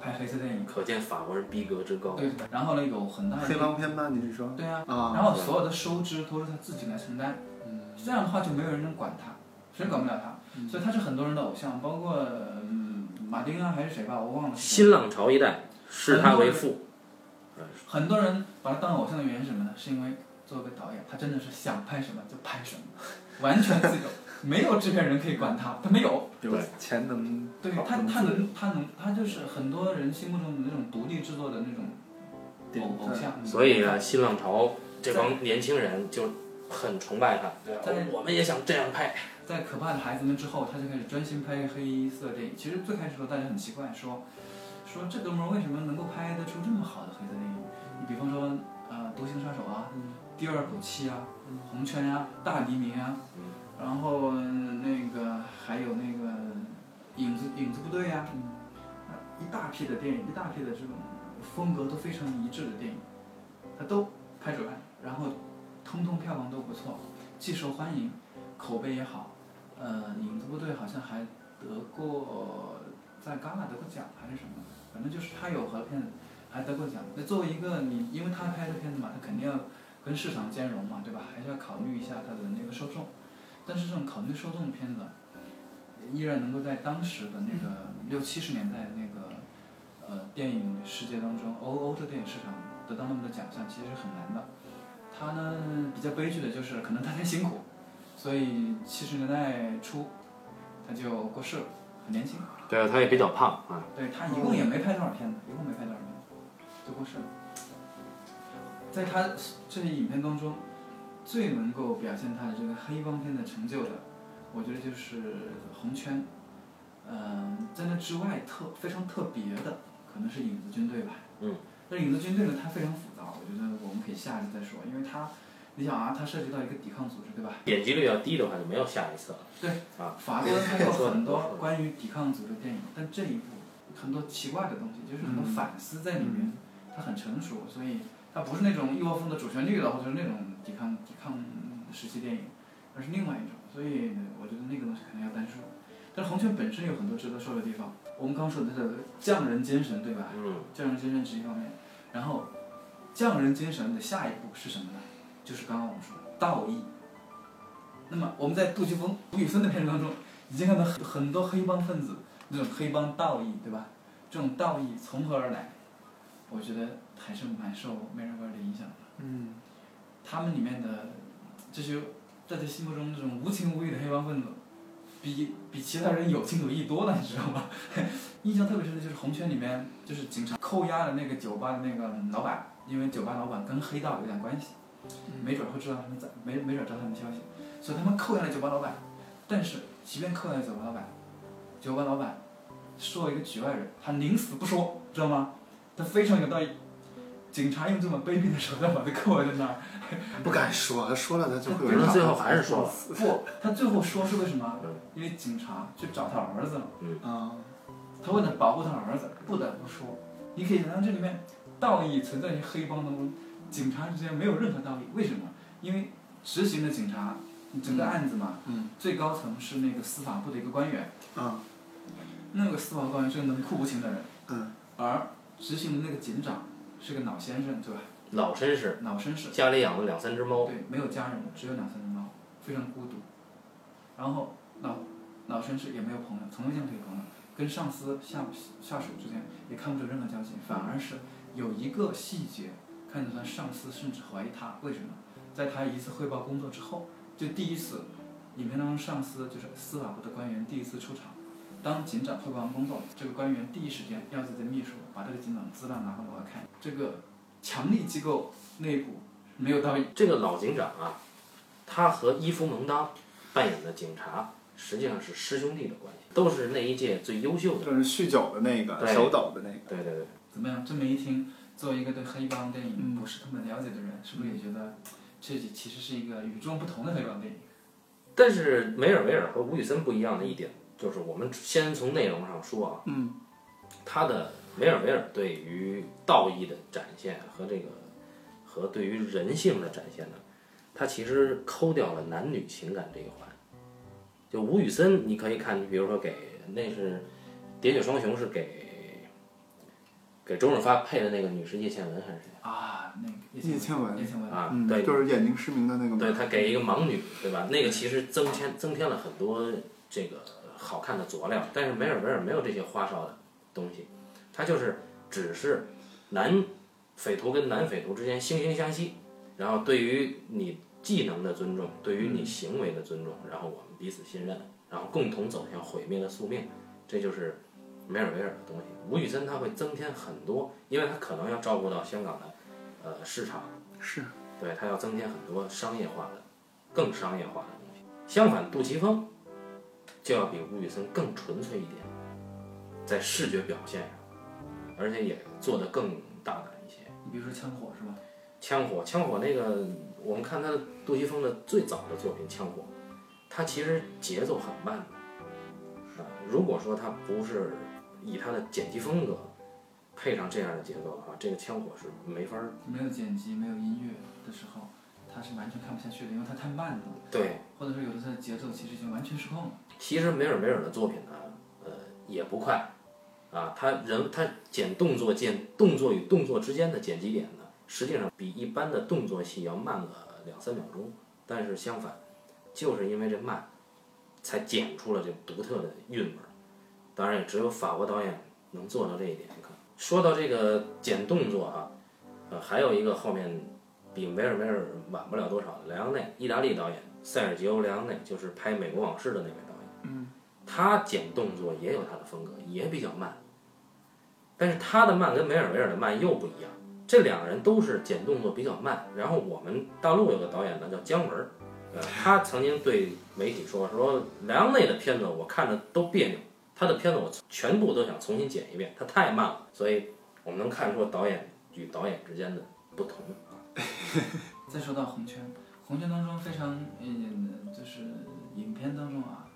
[SPEAKER 1] 拍黑色电影。
[SPEAKER 2] 嗯可见法国人逼格之高。
[SPEAKER 1] 对，然后呢，有很大的
[SPEAKER 3] 黑帮片吗？你是说？
[SPEAKER 1] 对啊，
[SPEAKER 3] 啊，
[SPEAKER 1] 然后所有的收支都是他自己来承担，这样的话就没有人能管他，谁也管不了他，所以他是很多人的偶像，包括嗯马丁啊还是谁吧，我忘了是谁。
[SPEAKER 2] 新浪潮一代视他为父，
[SPEAKER 1] 很多人把他当偶像的原因是什么呢？是因为作为导演，他真的是想拍什么就拍什么， 完全自由，没有制片人可以管他，他没有。
[SPEAKER 3] 有钱能
[SPEAKER 1] 对
[SPEAKER 3] 搞
[SPEAKER 1] 他，
[SPEAKER 3] 这么
[SPEAKER 1] 他
[SPEAKER 3] 自由
[SPEAKER 1] 能，他能，他就是很多人心目中的那种独立制作的那种
[SPEAKER 3] 点
[SPEAKER 1] 偶偶
[SPEAKER 3] 赞
[SPEAKER 1] 像。
[SPEAKER 2] 所以呢，新浪潮这帮年轻人就很崇拜他。对啊
[SPEAKER 1] 对
[SPEAKER 2] 我们也想这样拍。
[SPEAKER 1] 在《可怕的孩子们》之后，他就开始专心拍黑色电影。其实最开始的时候，大家很奇怪，说说这哥们儿为什么能够拍得出这么好的黑色电影？你比方说，呃，《独行杀手》啊，第二口气》啊，红圈》啊，《大黎明》啊，然后嗯那个还有那个影子影子部队啊，啊一大批的电影，一大批的这种风格都非常一致的电影，他都拍出来，然后通通票房都不错，既受欢迎，口碑也好。呃，影子部队好像还得过在戛纳得过奖还是什么，反正就是他有合片子还得过奖。那作为一个你，因为他拍的片子嘛，他肯定要跟市场兼容嘛，对吧？还是要考虑一下他的那个受众。但是这种考虑受众的片子，依然能够在当时的那个六七十年代那个呃电影世界当中，欧欧洲电影市场得到那么多奖项，其实是很难的。他呢比较悲剧的就是，可能他太辛苦，所以七十年代初他就过世了，很年轻。
[SPEAKER 2] 对，他也比较胖啊。
[SPEAKER 1] 对他一共也没拍多少片子，一共没拍多少片子，就过世了。在他这些影片当中，最能够表现他的这个黑帮片的成就的，我觉得就是《红圈》。嗯、在那之外特非常特别的，可能是《影子军队》吧。
[SPEAKER 2] 嗯。
[SPEAKER 1] 但是《影子军队》呢，它非常复杂，我觉得我们可以下一次再说，因为它，你想啊，它涉及到一个抵抗组织，对吧？
[SPEAKER 2] 点击率要低的话，就没有下一次了。啊
[SPEAKER 1] 法国人他有很多关于抵抗组织的电影，但这一部很多奇怪的东西，就是很多反思在里面，它很成熟，所以它不是那种一窝蜂的主旋律的，或者是那种抵抗抵抗时期电影，而是另外一种，所以我觉得那个东西可能要单说。但是《红圈本身有很多值得说的地方。我们刚说的他的匠人精神，对吧？
[SPEAKER 2] 嗯，
[SPEAKER 1] 匠人精神只是一方面，然后匠人精神的下一步是什么呢？就是刚刚我们说的道义。那么我们在杜琪峰、吴宇森的片子当中，已经看到很很多黑帮分子那种黑帮道义，对吧？这种道义从何而来？我觉得还是蛮受梅尔维尔的影响的。
[SPEAKER 3] 嗯
[SPEAKER 1] 他们里面的这些在他心目中那种无情无义的黑帮分子，比比其他人有情有义多了，你知道吗？印象特别深的就是《红圈》里面，就是警察扣押了那个酒吧的那个老板，因为酒吧老板跟黑道有点关系，没准会知道他们在，没没准知道他们消息，所以他们扣押了酒吧老板。但是即便扣押了酒吧老板，酒吧老板说一个局外人，他宁死不说，知道吗？他非常有道义。警察用这么卑鄙的手段把他扣在那儿，
[SPEAKER 3] 不敢说，说了他就会有
[SPEAKER 2] 可
[SPEAKER 3] 人
[SPEAKER 2] 能
[SPEAKER 3] 找
[SPEAKER 2] 最
[SPEAKER 3] 他
[SPEAKER 2] 后还是说了，
[SPEAKER 1] 不，他最后说是为什么
[SPEAKER 2] 嗯？
[SPEAKER 1] 因为警察去找他儿子了，
[SPEAKER 3] 啊，
[SPEAKER 1] 他为了保护他儿子，不得不说。你可以想象这里面道义存在于黑帮当中，警察之间没有任何道义，为什么？因为执行的警察，整个案子嘛，
[SPEAKER 3] 嗯
[SPEAKER 1] 最高层是那个司法部的一个官员，
[SPEAKER 3] 啊
[SPEAKER 1] 那个司法官员是个冷酷无情的人，
[SPEAKER 3] 嗯
[SPEAKER 1] 而执行的那个警长是个老先生，对吧？
[SPEAKER 2] 老绅士，
[SPEAKER 1] 老绅士，
[SPEAKER 2] 家里养了两三只猫，
[SPEAKER 1] 对，没有家人，只有两三只猫，非常孤独。然后老老绅士也没有朋友，从未见过有朋友，跟上司下下属之间也看不出任何交集，反而是有一个细节看出他上司甚至怀疑他，为什么？在他一次汇报工作之后，就第一次，影片当中上司就是司法部的官员第一次出场。当警长汇报完工作，这个官员第一时间要自己的秘书把这个警长资料拿过来看。这个强力机构内部没有道义，
[SPEAKER 2] 这个老警长啊，他和伊夫蒙当扮演的警察实际上是师兄弟的关系，都是那一届最优秀的。
[SPEAKER 3] 就是酗酒的那个，
[SPEAKER 2] 对
[SPEAKER 3] 手抖的那个，
[SPEAKER 2] 对对对，
[SPEAKER 1] 怎么样？这么一听，作为一个对黑帮电影
[SPEAKER 3] 嗯
[SPEAKER 1] 不是特别了解的人，是不是也觉得这其实是一个与众不同的黑帮电影？
[SPEAKER 2] 但是梅尔维尔和吴宇森不一样的一点，就是我们先从内容上说啊，
[SPEAKER 3] 嗯
[SPEAKER 2] 他的梅尔维尔对于道义的展现和这个和对于人性的展现呢，他其实抠掉了男女情感这一环。就吴宇森，你可以看，比如说给那是《喋血双雄》是给给周润发配的那个女是叶倩文还是谁
[SPEAKER 1] 啊，那个
[SPEAKER 3] 叶倩文
[SPEAKER 1] 叶倩文，
[SPEAKER 2] 啊？
[SPEAKER 3] 嗯，
[SPEAKER 2] 对，
[SPEAKER 3] 就是眼睛失明的那个嘛，
[SPEAKER 2] 对他给一个盲女，对吧？那个其实增添增添了很多这个好看的佐料，但是梅尔维尔没有这些花哨的东西，他就是只是男匪徒跟男匪徒之间惺惺相惜，然后对于你技能的尊重，对于你行为的尊重，然后我们彼此信任，然后共同走向毁灭的宿命，这就是梅尔维尔的东西。吴宇森他会增添很多，因为他可能要照顾到香港的呃市场。
[SPEAKER 3] 是
[SPEAKER 2] 对，它要增添很多商业化的、更商业化的东西。相反，杜琪峰就要比吴宇森更纯粹一点，在视觉表现上，而且也做得更大胆一些。
[SPEAKER 1] 你比如说枪火是吧？
[SPEAKER 2] 枪火，枪火那个，我们看他的杜琪峰的最早的作品《枪火》，他其实节奏很慢的，啊，如果说他不是以他的剪辑风格配上这样的节奏的话，这个枪火是没法儿
[SPEAKER 1] 没有剪辑、没有音乐的时候，他是完全看不下去的，因为他太慢了，
[SPEAKER 2] 对
[SPEAKER 1] 或者说有的他的节奏其实已经完全失控了。
[SPEAKER 2] 其实梅尔维尔的作品呢，呃，也不快，啊，他人他剪动作剪动作与动作之间的剪辑点呢，实际上比一般的动作戏要慢个两三秒钟，但是相反，就是因为这慢，才剪出了这独特的韵味儿。当然，也只有法国导演能做到这一点。你看，说到这个剪动作啊，呃，还有一个后面比梅尔维尔晚不了多少的莱昂内，意大利导演塞尔吉欧·莱昂内，就是拍《美国往事》的那位导演。他剪动作也有他的风格，也比较慢，但是他的慢跟梅尔维尔的慢又不一样。这两人都是剪动作比较慢。然后我们大陆有个导演呢叫姜文儿，呃，他曾经对媒体说说莱昂内的片子我看着都别扭，他的片子我全部都想重新剪一遍，他太慢了。所以我们能看出导演与导演之间的不同啊。
[SPEAKER 1] 再说到红圈，红圈当中非常嗯，就是影片当中啊，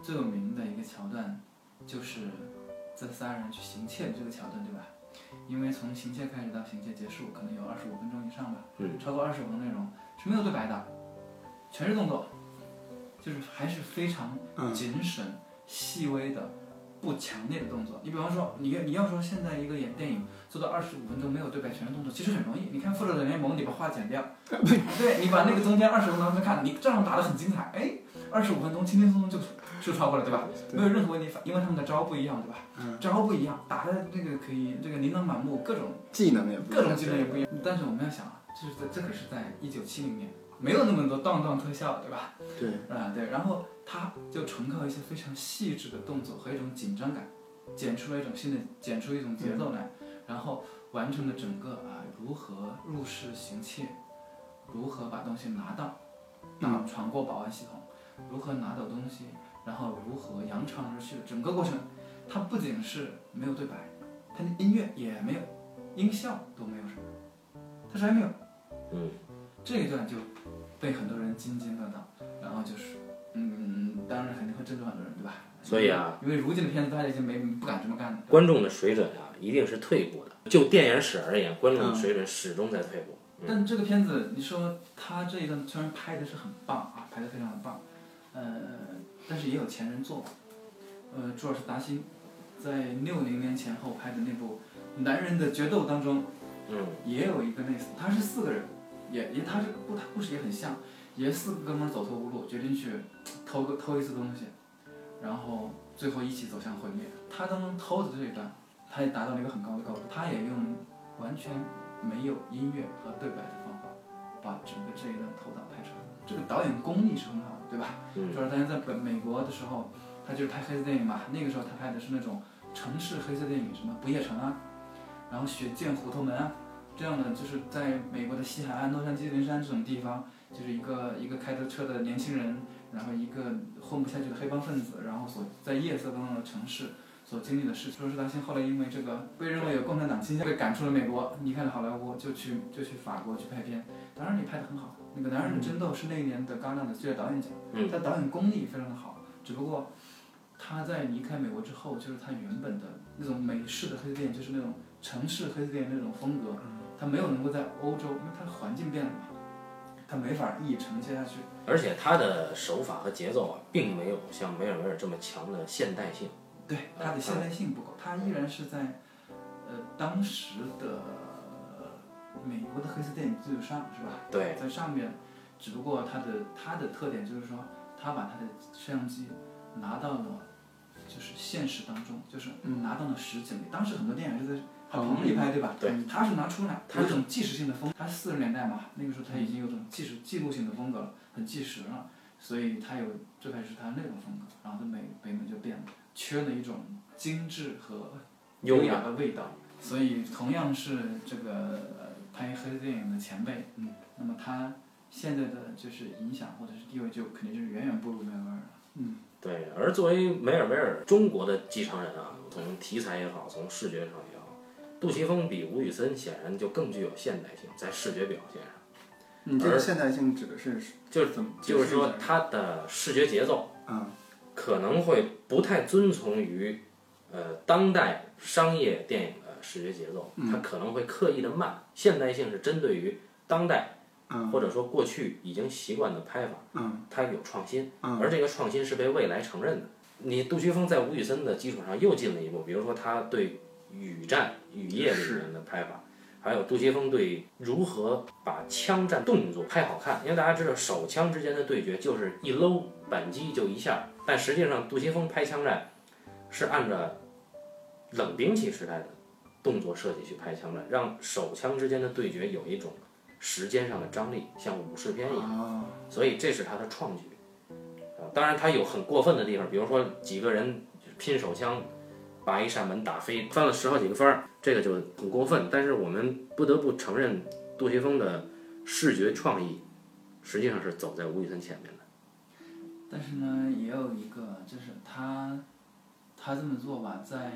[SPEAKER 1] 最有名的一个桥段，就是这三人去行窃的这个桥段，对吧？因为从行窃开始到行窃结束，可能有二十五分钟以上吧，
[SPEAKER 2] 嗯
[SPEAKER 1] 超过二十分钟内容是没有对白的，全是动作，就是还是非常
[SPEAKER 3] 嗯
[SPEAKER 1] 谨慎、细微的、不强烈的动作。你比方说，你你要说现在一个演电影做到二十五分钟没有对白全是动作，其实很容易。你看《复仇者联盟》，你把话剪 掉，对你把那个中间二十分钟去看，你照样打得很精彩。哎，二十五分钟轻轻松松就就超过了，对吧？
[SPEAKER 3] 对
[SPEAKER 1] 没有任何问题，因为他们的招不一样，对吧？
[SPEAKER 3] 嗯
[SPEAKER 1] 招不一样，打的这个可以，这个琳琅满目，各种
[SPEAKER 3] 技能也不一
[SPEAKER 1] 各
[SPEAKER 3] 样
[SPEAKER 1] 种技能也不一样。但是我们要想啊，这是在这可是在一九七零年，没有那么多当当特效，对吧？
[SPEAKER 3] 对，
[SPEAKER 1] 啊，对。然后他就纯靠一些非常细致的动作和一种紧张感，剪出了一种新的，剪出一种节奏来，然后完成了整个啊如何入室行窃，如何把东西拿到，
[SPEAKER 2] 嗯
[SPEAKER 1] 啊闯过保安系统，如何拿走东西，然后如何扬长而去的整个过程，它不仅是没有对白，它的音乐也没有，音效都没有什么，它啥也没有。
[SPEAKER 2] 嗯，
[SPEAKER 1] 这一段就被很多人津津乐道，然后就是，嗯，当然肯定会震动很多人，对吧？
[SPEAKER 2] 所以啊，
[SPEAKER 1] 因为如今的片子大家已经没不敢这么干了。
[SPEAKER 2] 观众的水准啊，一定是退步的。就电影史而言，观众的水准始终在退步。
[SPEAKER 1] 但这个片子，你说它这一段虽然拍的是很棒啊，拍的非常的棒，呃，但是也有前人做，呃，朱尔斯达辛在六零年前后拍的那部《男人的决斗》当中，
[SPEAKER 2] 嗯，
[SPEAKER 1] 也有一个类似，他是四个人，也也他是故他故事也很像，也是四个哥们儿走投无路，决定去偷个偷一次东西，然后最后一起走向毁灭。他当中偷的这一段，他也达到了一个很高的高度，他也用完全没有音乐和对白的方法，把整个这一段偷盗拍出来。这个导演功力是很好的，对吧？
[SPEAKER 2] 嗯
[SPEAKER 1] 主要是在本美国的时候，他就是拍黑色电影嘛。那个时候他拍的是那种城市黑色电影，什么《不夜城》啊，然后《血溅虎头门》啊，这样的就是在美国的西海岸、洛杉矶、云山这种地方，就是一个一个开着车的年轻人，然后一个混不下去的黑帮分子，然后所在夜色当中的城市。所经历的事情，说是他先后来因为这个被认为有共产党倾向，被赶出了美国，离开了好莱坞，就去就去法国去拍片。当然，你拍的很好，那个《男人的争斗》是那一年的戛纳的最佳导演奖。
[SPEAKER 2] 嗯
[SPEAKER 1] 他导演功力非常的好，只不过他在离开美国之后，就是他原本的那种美式的黑色电影，就是那种城市黑色电影那种风格，他没有能够在欧洲，因为他环境变了嘛，他没法一直承接下去。
[SPEAKER 2] 嗯而且他的手法和节奏啊，并没有像梅尔维尔这么强的现代性。
[SPEAKER 1] 对，他的现代性不够，他依然是在呃当时的呃美国的黑色电影基础上，是吧？
[SPEAKER 2] 对，
[SPEAKER 1] 在上面，只不过它的它的特点就是说，他把他的摄像机拿到了就是现实当中，就是拿到了实景里。当嗯时很多电影是在棚里拍，对吧？
[SPEAKER 2] 对，
[SPEAKER 1] 他是拿嗯出来，他有一种纪实性的风，他四十年代嘛，那个时候他已经有种纪实记录性的风格了，很纪实了，所以他有最开始他那种风格，然后在美北美就变了，缺了一种精致和
[SPEAKER 2] 优
[SPEAKER 1] 优
[SPEAKER 2] 雅
[SPEAKER 1] 雅的味道。所以同样是这个呃拍黑色电影的前辈，嗯，那么他现在的就是影响或者是地位就肯定就是远远不如梅尔维尔了。
[SPEAKER 2] 对，而作为梅尔维尔中国的继承人啊，从题材也好，从视觉上也好，杜琪峰比吴宇森显然就更具有现代性，在视觉表现上，
[SPEAKER 3] 你这个现代性指的是
[SPEAKER 2] 就是
[SPEAKER 3] 怎么？
[SPEAKER 2] 就是
[SPEAKER 3] 解释一
[SPEAKER 2] 说
[SPEAKER 3] 下，
[SPEAKER 2] 他的视觉节奏
[SPEAKER 3] 嗯，
[SPEAKER 2] 可能会不太遵从于呃当代商业电影的视觉节奏，它可能会刻意的慢。现代性是针对于当代
[SPEAKER 3] 嗯
[SPEAKER 2] 或者说过去已经习惯的拍法，
[SPEAKER 3] 嗯
[SPEAKER 2] 它有创新，
[SPEAKER 3] 嗯
[SPEAKER 2] 而这个创新是被未来承认的。你杜琪峰在吴宇森的基础上又进了一步，比如说他对雨战、雨夜里面的拍法，还有杜琪峰对如何把枪战动作拍好看。因为大家知道手枪之间的对决就是一搂扳机就一下，但实际上杜琪峰拍枪战是按照冷兵器时代的动作设计去拍枪战，让手枪之间的对决有一种时间上的张力，像武士片一样。
[SPEAKER 3] 啊，
[SPEAKER 2] 所以这是他的创举。啊，当然他有很过分的地方，比如说几个人拼手枪，把一扇门打飞，翻了十好几个翻儿，这个就很过分。但是我们不得不承认，杜琪峰的视觉创意实际上是走在吴宇森前面的。
[SPEAKER 1] 但是呢，也有一个就是他，他这么做吧，在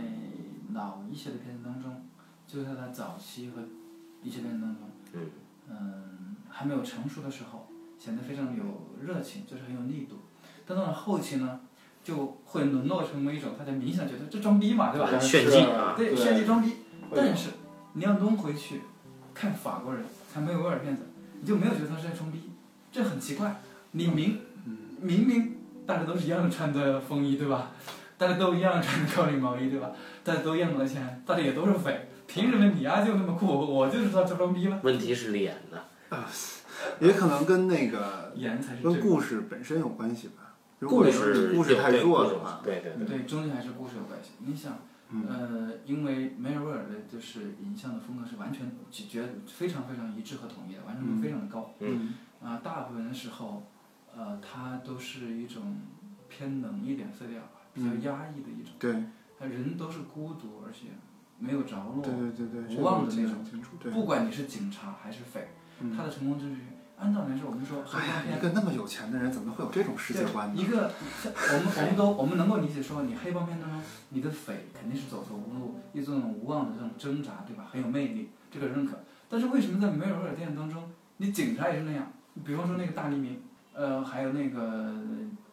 [SPEAKER 1] 老一些的片子当中，就在他早期和一些片子当中，
[SPEAKER 2] 嗯
[SPEAKER 1] 嗯还没有成熟的时候，显得非常有热情，就是很有力度。但到了后期呢，就会沦落成为一种大家明显觉得这装逼嘛，对吧？
[SPEAKER 3] 但是
[SPEAKER 2] 炫技啊
[SPEAKER 1] 对，炫技装逼。
[SPEAKER 3] 会有
[SPEAKER 1] 但是你要抡回去看法国人，看梅维尔片子，你就没有觉得他是在装逼，这很奇怪。你明、明明大家都是一样的穿的风衣，对吧？大家都一样穿着高领毛衣，对吧？大家都一样的钱，大家也都是匪，凭什么你丫、就那么酷，我就是他装逼了？
[SPEAKER 2] 问题是脸呢，
[SPEAKER 3] 也可能跟那个
[SPEAKER 1] 颜才是
[SPEAKER 3] 跟
[SPEAKER 1] 这
[SPEAKER 3] 故事本身有关系吧。如
[SPEAKER 2] 故
[SPEAKER 3] 果
[SPEAKER 2] 事
[SPEAKER 3] 是故事
[SPEAKER 2] 有
[SPEAKER 3] 太
[SPEAKER 2] 对
[SPEAKER 3] 弱
[SPEAKER 2] 故事
[SPEAKER 3] 的话，
[SPEAKER 2] 对对对，
[SPEAKER 1] 对，终究还是故事有关系。你想，
[SPEAKER 3] 嗯
[SPEAKER 1] 呃，因为梅尔维尔的就是影像的风格是完全绝绝非常非常一致和统一的，完成度非常的高。
[SPEAKER 3] 嗯，
[SPEAKER 1] 啊、大部分的时候，呃，它都是一种偏冷一点色调吧，比较
[SPEAKER 3] 嗯
[SPEAKER 1] 压抑的一种。
[SPEAKER 3] 对
[SPEAKER 1] 他人都是孤独，而且没有着落
[SPEAKER 3] 对。对对对，这
[SPEAKER 1] 我忘
[SPEAKER 3] 个
[SPEAKER 1] 了
[SPEAKER 3] 记得
[SPEAKER 1] 那种
[SPEAKER 3] 很清楚。对，
[SPEAKER 1] 不管你是警察还是匪，
[SPEAKER 3] 嗯
[SPEAKER 1] 他的成功之旅，按照来说，我们说黑
[SPEAKER 3] 哎呀
[SPEAKER 1] 帮，
[SPEAKER 3] 一
[SPEAKER 1] 片，
[SPEAKER 3] 个那么有钱的人，怎么会有这种世界观
[SPEAKER 1] 对
[SPEAKER 3] 呢？
[SPEAKER 1] 一个像我们我们都我们能够理解说，你黑帮片当中，你的匪肯定是走投无路，一种无望的这种挣扎，对吧？很有魅力，这个认可。但是为什么在梅尔维尔电影当中，你警察也是那样？比方说那个大黎明，呃，还有那个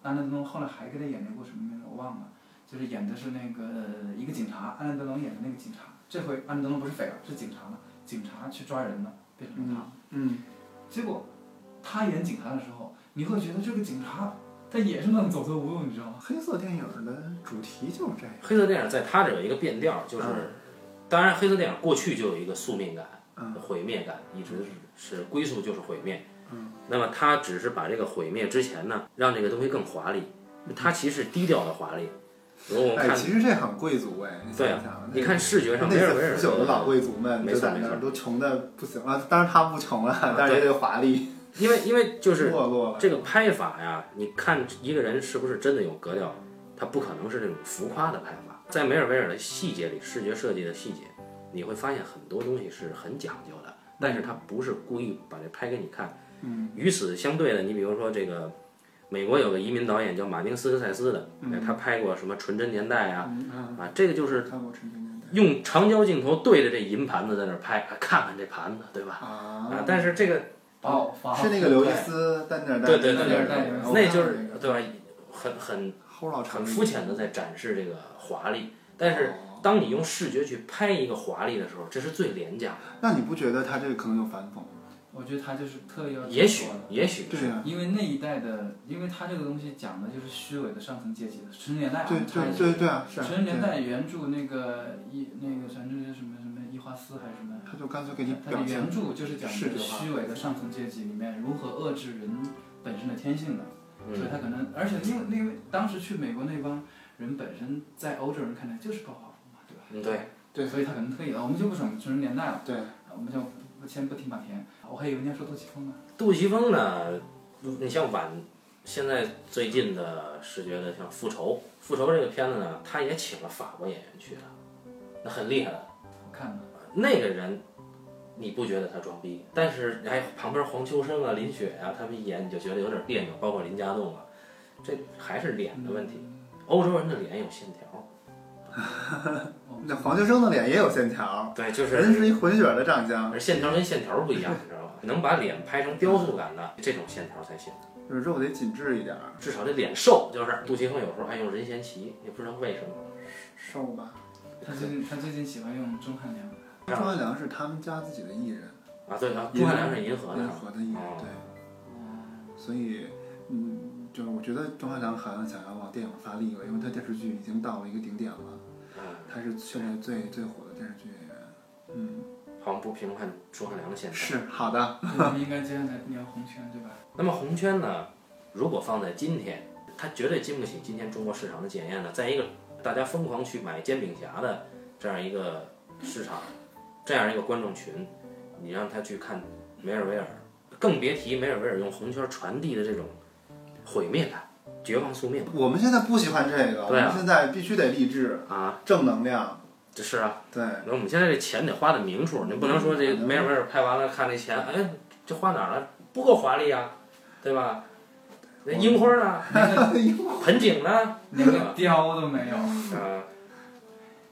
[SPEAKER 1] 安德龙，后来还给他演了一部什么名字我忘了，就是演的是那个、呃一个警察，安德龙演的那个警察。这回安德龙不是匪了，是警察了，警察去抓人了，变成了他。
[SPEAKER 3] 嗯，
[SPEAKER 1] 结果他演警察的时候，你会觉得这个警察他也是那种走投无路，你知道吗？
[SPEAKER 3] 黑色电影的主题就是这样。
[SPEAKER 2] 黑色电影在它这有一个变调，就是、
[SPEAKER 3] 嗯
[SPEAKER 2] 当然黑色电影过去就有一个宿命感、
[SPEAKER 3] 嗯
[SPEAKER 2] 毁灭感，一直是是归宿就是毁灭。嗯，那么它只是把这个毁灭之前呢，让这个东西更华丽，
[SPEAKER 3] 嗯
[SPEAKER 2] 它其实低调的华丽。如果我们
[SPEAKER 3] 哎，
[SPEAKER 2] 看，
[SPEAKER 3] 其实这很贵族哎，你
[SPEAKER 2] 对
[SPEAKER 3] 想想
[SPEAKER 2] 啊，
[SPEAKER 3] 那
[SPEAKER 2] 你看视觉上
[SPEAKER 3] 那
[SPEAKER 2] 梅
[SPEAKER 3] 些
[SPEAKER 2] 尔维尔
[SPEAKER 3] 腐朽的老贵族们
[SPEAKER 2] 没
[SPEAKER 3] 就
[SPEAKER 2] 错
[SPEAKER 3] 在
[SPEAKER 2] 没
[SPEAKER 3] 那
[SPEAKER 2] 错
[SPEAKER 3] 儿都穷的不行了，当然他不穷了，但是也得华丽
[SPEAKER 2] 因为因为就是
[SPEAKER 3] 没落了。
[SPEAKER 2] 这个拍法呀，你看一个人是不是真的有格调，他不可能是这种浮夸的拍法。在梅尔维尔的细节里，视觉设计的细节，你会发现很多东西是很讲究的，但是他不是故意把这拍给你看。嗯。与此相对的，你比如说这个，美国有个移民导演叫马丁斯科塞斯的，哎他拍过什么《纯真年代》啊，啊，这个就是
[SPEAKER 3] 看过《陈情年代
[SPEAKER 2] 用长焦镜头对着这银盘子在那儿拍，啊看看这盘子，对吧？》
[SPEAKER 3] 啊，
[SPEAKER 2] 啊，但是这个
[SPEAKER 1] 爆发
[SPEAKER 3] 是那个刘易斯丹尼尔戴
[SPEAKER 2] 对对
[SPEAKER 1] 对
[SPEAKER 3] 丹尼尔
[SPEAKER 1] 对
[SPEAKER 3] 戴
[SPEAKER 1] 对
[SPEAKER 3] 我
[SPEAKER 2] 那
[SPEAKER 3] 看
[SPEAKER 2] 就
[SPEAKER 3] 过
[SPEAKER 2] 是
[SPEAKER 3] 那个
[SPEAKER 2] 对吧？很很
[SPEAKER 3] 齁老长
[SPEAKER 2] 很肤浅的在展示这个华丽，但是
[SPEAKER 3] 哦
[SPEAKER 2] 当你用视觉去拍一个华丽的时候，这是最廉价的。
[SPEAKER 3] 那你不觉得他这个可能有反讽吗？
[SPEAKER 1] 我觉得他就是特意要这么
[SPEAKER 2] 也许
[SPEAKER 1] 做的，
[SPEAKER 2] 也许
[SPEAKER 3] 对呀、
[SPEAKER 1] 因为那一代的，因为他这个东西讲的就是虚伪的上层阶级的，十年代啊，
[SPEAKER 3] 对
[SPEAKER 1] 差
[SPEAKER 3] 对
[SPEAKER 1] 一点。
[SPEAKER 3] 对对啊，是啊，
[SPEAKER 1] 十年
[SPEAKER 3] 对
[SPEAKER 1] 代原著那个一那个反正是什么什么伊花丝还是什么，
[SPEAKER 3] 他就干脆给你
[SPEAKER 1] 它
[SPEAKER 3] 表
[SPEAKER 1] 的
[SPEAKER 3] 现
[SPEAKER 1] 原著就是讲
[SPEAKER 3] 视
[SPEAKER 1] 这
[SPEAKER 3] 觉
[SPEAKER 1] 个
[SPEAKER 3] 化
[SPEAKER 1] 虚伪的上层阶级里面如何遏制人本身的天性的。所以
[SPEAKER 2] 嗯，
[SPEAKER 1] 他可能，而且因为因为当时去美国那帮人本身在欧洲人看来就是暴发户嘛，对吧？
[SPEAKER 2] 嗯对，
[SPEAKER 3] 对
[SPEAKER 1] 所以他可能特意，我们就不讲九十年代了，
[SPEAKER 3] 对，
[SPEAKER 1] 我们就不不先不听马田，我还以为人家说杜琪峰呢。
[SPEAKER 2] 杜琪峰呢，嗯你像晚现在最近的视觉的像《复仇》，《复仇》这个片子呢，他也请了法国演员去的，那很厉害的。
[SPEAKER 1] 我看了，
[SPEAKER 2] 那个人，你不觉得他装逼？但是哎，旁边黄秋生啊、林雪啊，他们一演你就觉得有点别扭，包括林家栋啊，这还是脸的问题。欧洲人的脸有线条，
[SPEAKER 1] 哦
[SPEAKER 3] 那黄秋生的脸也有线条，
[SPEAKER 2] 对，就
[SPEAKER 3] 人是一混血的长相，
[SPEAKER 2] 而线条跟线条不一样，你知道吧？能把脸拍成雕塑感的这种线条才行，
[SPEAKER 3] 就是肉得紧致一点儿，
[SPEAKER 2] 至少这脸瘦。就是杜琪峰有时候爱用任贤齐，也不知道为什么。
[SPEAKER 3] 瘦吧。
[SPEAKER 1] 他最近他最近喜欢用钟汉 良，
[SPEAKER 3] 钟汉良是他们家自己的艺人，
[SPEAKER 2] 啊，对啊，钟汉良是银河的
[SPEAKER 3] 联
[SPEAKER 2] 是吧，
[SPEAKER 3] 合的艺人，
[SPEAKER 2] 哦
[SPEAKER 3] 对，哦所以，嗯，就是我觉得钟汉良好像想要往电影发力了，因为他电视剧已经到了一个顶点了，
[SPEAKER 2] 嗯，
[SPEAKER 3] 他是现在最最火的电视剧演员。嗯，
[SPEAKER 2] 好像不评判钟汉良的线条。
[SPEAKER 3] 是好的，
[SPEAKER 1] 我们应该接下来聊红圈对吧？
[SPEAKER 2] 那么红圈呢，如果放在今天，它绝对经不起今天中国市场的检验的。在一个大家疯狂去买煎饼侠的这样一个市场，这样一个观众群，你让他去看梅尔维尔，更别提梅尔维尔用红圈传递的这种毁灭感、绝望宿命
[SPEAKER 3] 我们现在不喜欢这个，我
[SPEAKER 2] 对啊
[SPEAKER 3] 们现在必须得励志、
[SPEAKER 2] 啊！
[SPEAKER 3] 正能量，
[SPEAKER 2] 这是啊，
[SPEAKER 3] 对，
[SPEAKER 2] 那我们现在这钱得花的明处，你不能说这
[SPEAKER 3] 嗯
[SPEAKER 2] 梅尔维尔拍完了看这钱，哎，这花哪儿了？不够华丽啊，对吧？那樱花呢？盆景呢？
[SPEAKER 1] 连个雕都没有，
[SPEAKER 2] 啊，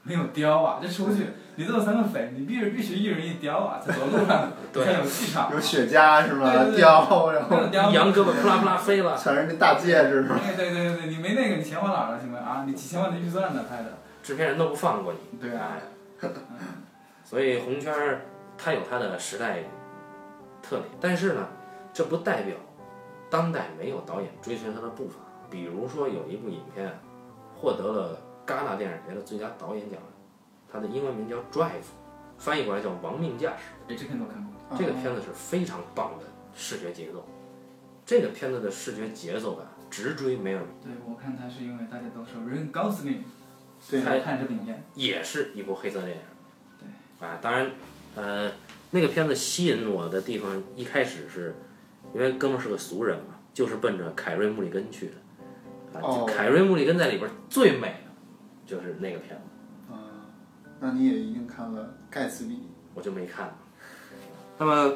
[SPEAKER 1] 没有雕啊！这出去，你这有三个匪，你必须必须一人一雕啊，在走路上
[SPEAKER 2] 对
[SPEAKER 1] 才有气场啊。
[SPEAKER 3] 有雪茄是
[SPEAKER 1] 对
[SPEAKER 3] 吗？
[SPEAKER 1] 对对
[SPEAKER 3] 雕，然
[SPEAKER 1] 没有
[SPEAKER 3] 后
[SPEAKER 1] 雕
[SPEAKER 2] 羊胳膊扑啦扑啦飞了，
[SPEAKER 3] 全是那大戒指，
[SPEAKER 1] 哎，对对对对，你没那个，你钱花哪儿了？请问啊，你几千万的预算呢拍的？
[SPEAKER 2] 制片人都不放过你。哎
[SPEAKER 1] 对啊，
[SPEAKER 2] 所以红圈儿它有它的时代特点，但是呢，这不代表当代没有导演追随它的步伐。比如说有一部影片啊，获得了戛纳电影节的最佳导演奖，他的英文名叫《Drive》，翻译过来叫《亡命驾驶》。
[SPEAKER 1] 哎，这片子我看过。
[SPEAKER 2] 这个片子是非常棒的视觉节奏，这个片子的视觉节奏感直追梅尔维，
[SPEAKER 1] 对，我看它是因为大家都说 Ryan Gosling
[SPEAKER 3] 对
[SPEAKER 1] 才看这部影片。
[SPEAKER 2] 也是一部黑色电影。对，啊，当然，呃，那个片子吸引我的地方，一开始是因为哥们儿是个俗人嘛，就是奔着凯瑞·穆里根去的。啊，
[SPEAKER 3] 哦
[SPEAKER 2] 凯瑞·穆里根在里边最美的就是那个片子，
[SPEAKER 3] 嗯，那你也一定看了《盖茨比》。
[SPEAKER 2] 我就没看。那么，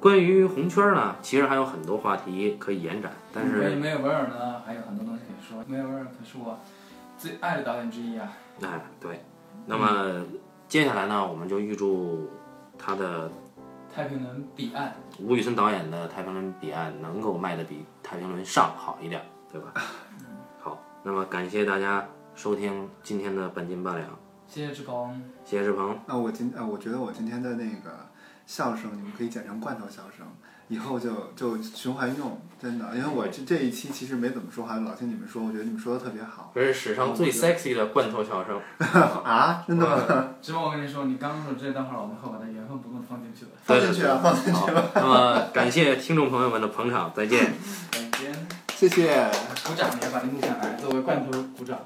[SPEAKER 2] 关于红圈呢，其实还有很多话题可以延展，但是
[SPEAKER 1] 关于梅尔维尔呢，还有很多东西可以说。梅尔维尔可是我最爱的导演之一啊。
[SPEAKER 2] 哎，对。那么接下来呢，我们就预祝他的
[SPEAKER 1] 太平轮彼岸，
[SPEAKER 2] 吴宇森导演的《太平轮彼岸》能够卖的比《太平轮上》好一点，对吧？好，那么感谢大家收听今天的半斤八两，
[SPEAKER 1] 谢谢志鹏。
[SPEAKER 2] 谢谢志鹏。
[SPEAKER 3] 啊，我今啊，我觉得我今天的那个笑声，你们可以剪成罐头笑声，以后就就循环用，真的，因为我这这一期其实没怎么说话，老听你们说，我觉得你们说的特别好
[SPEAKER 2] 这是史上最 sexy 的罐头笑声。
[SPEAKER 3] 啊，真的吗？
[SPEAKER 1] 志鹏，我跟你说，你刚说这段话，我们会把它原封不动放进去的。
[SPEAKER 3] 放进去啊，放进去，
[SPEAKER 2] 好，那么感谢听众朋友们的捧场，再见。
[SPEAKER 1] 改编
[SPEAKER 3] 谢谢。
[SPEAKER 1] 鼓掌也把这录下来，作为罐头鼓掌。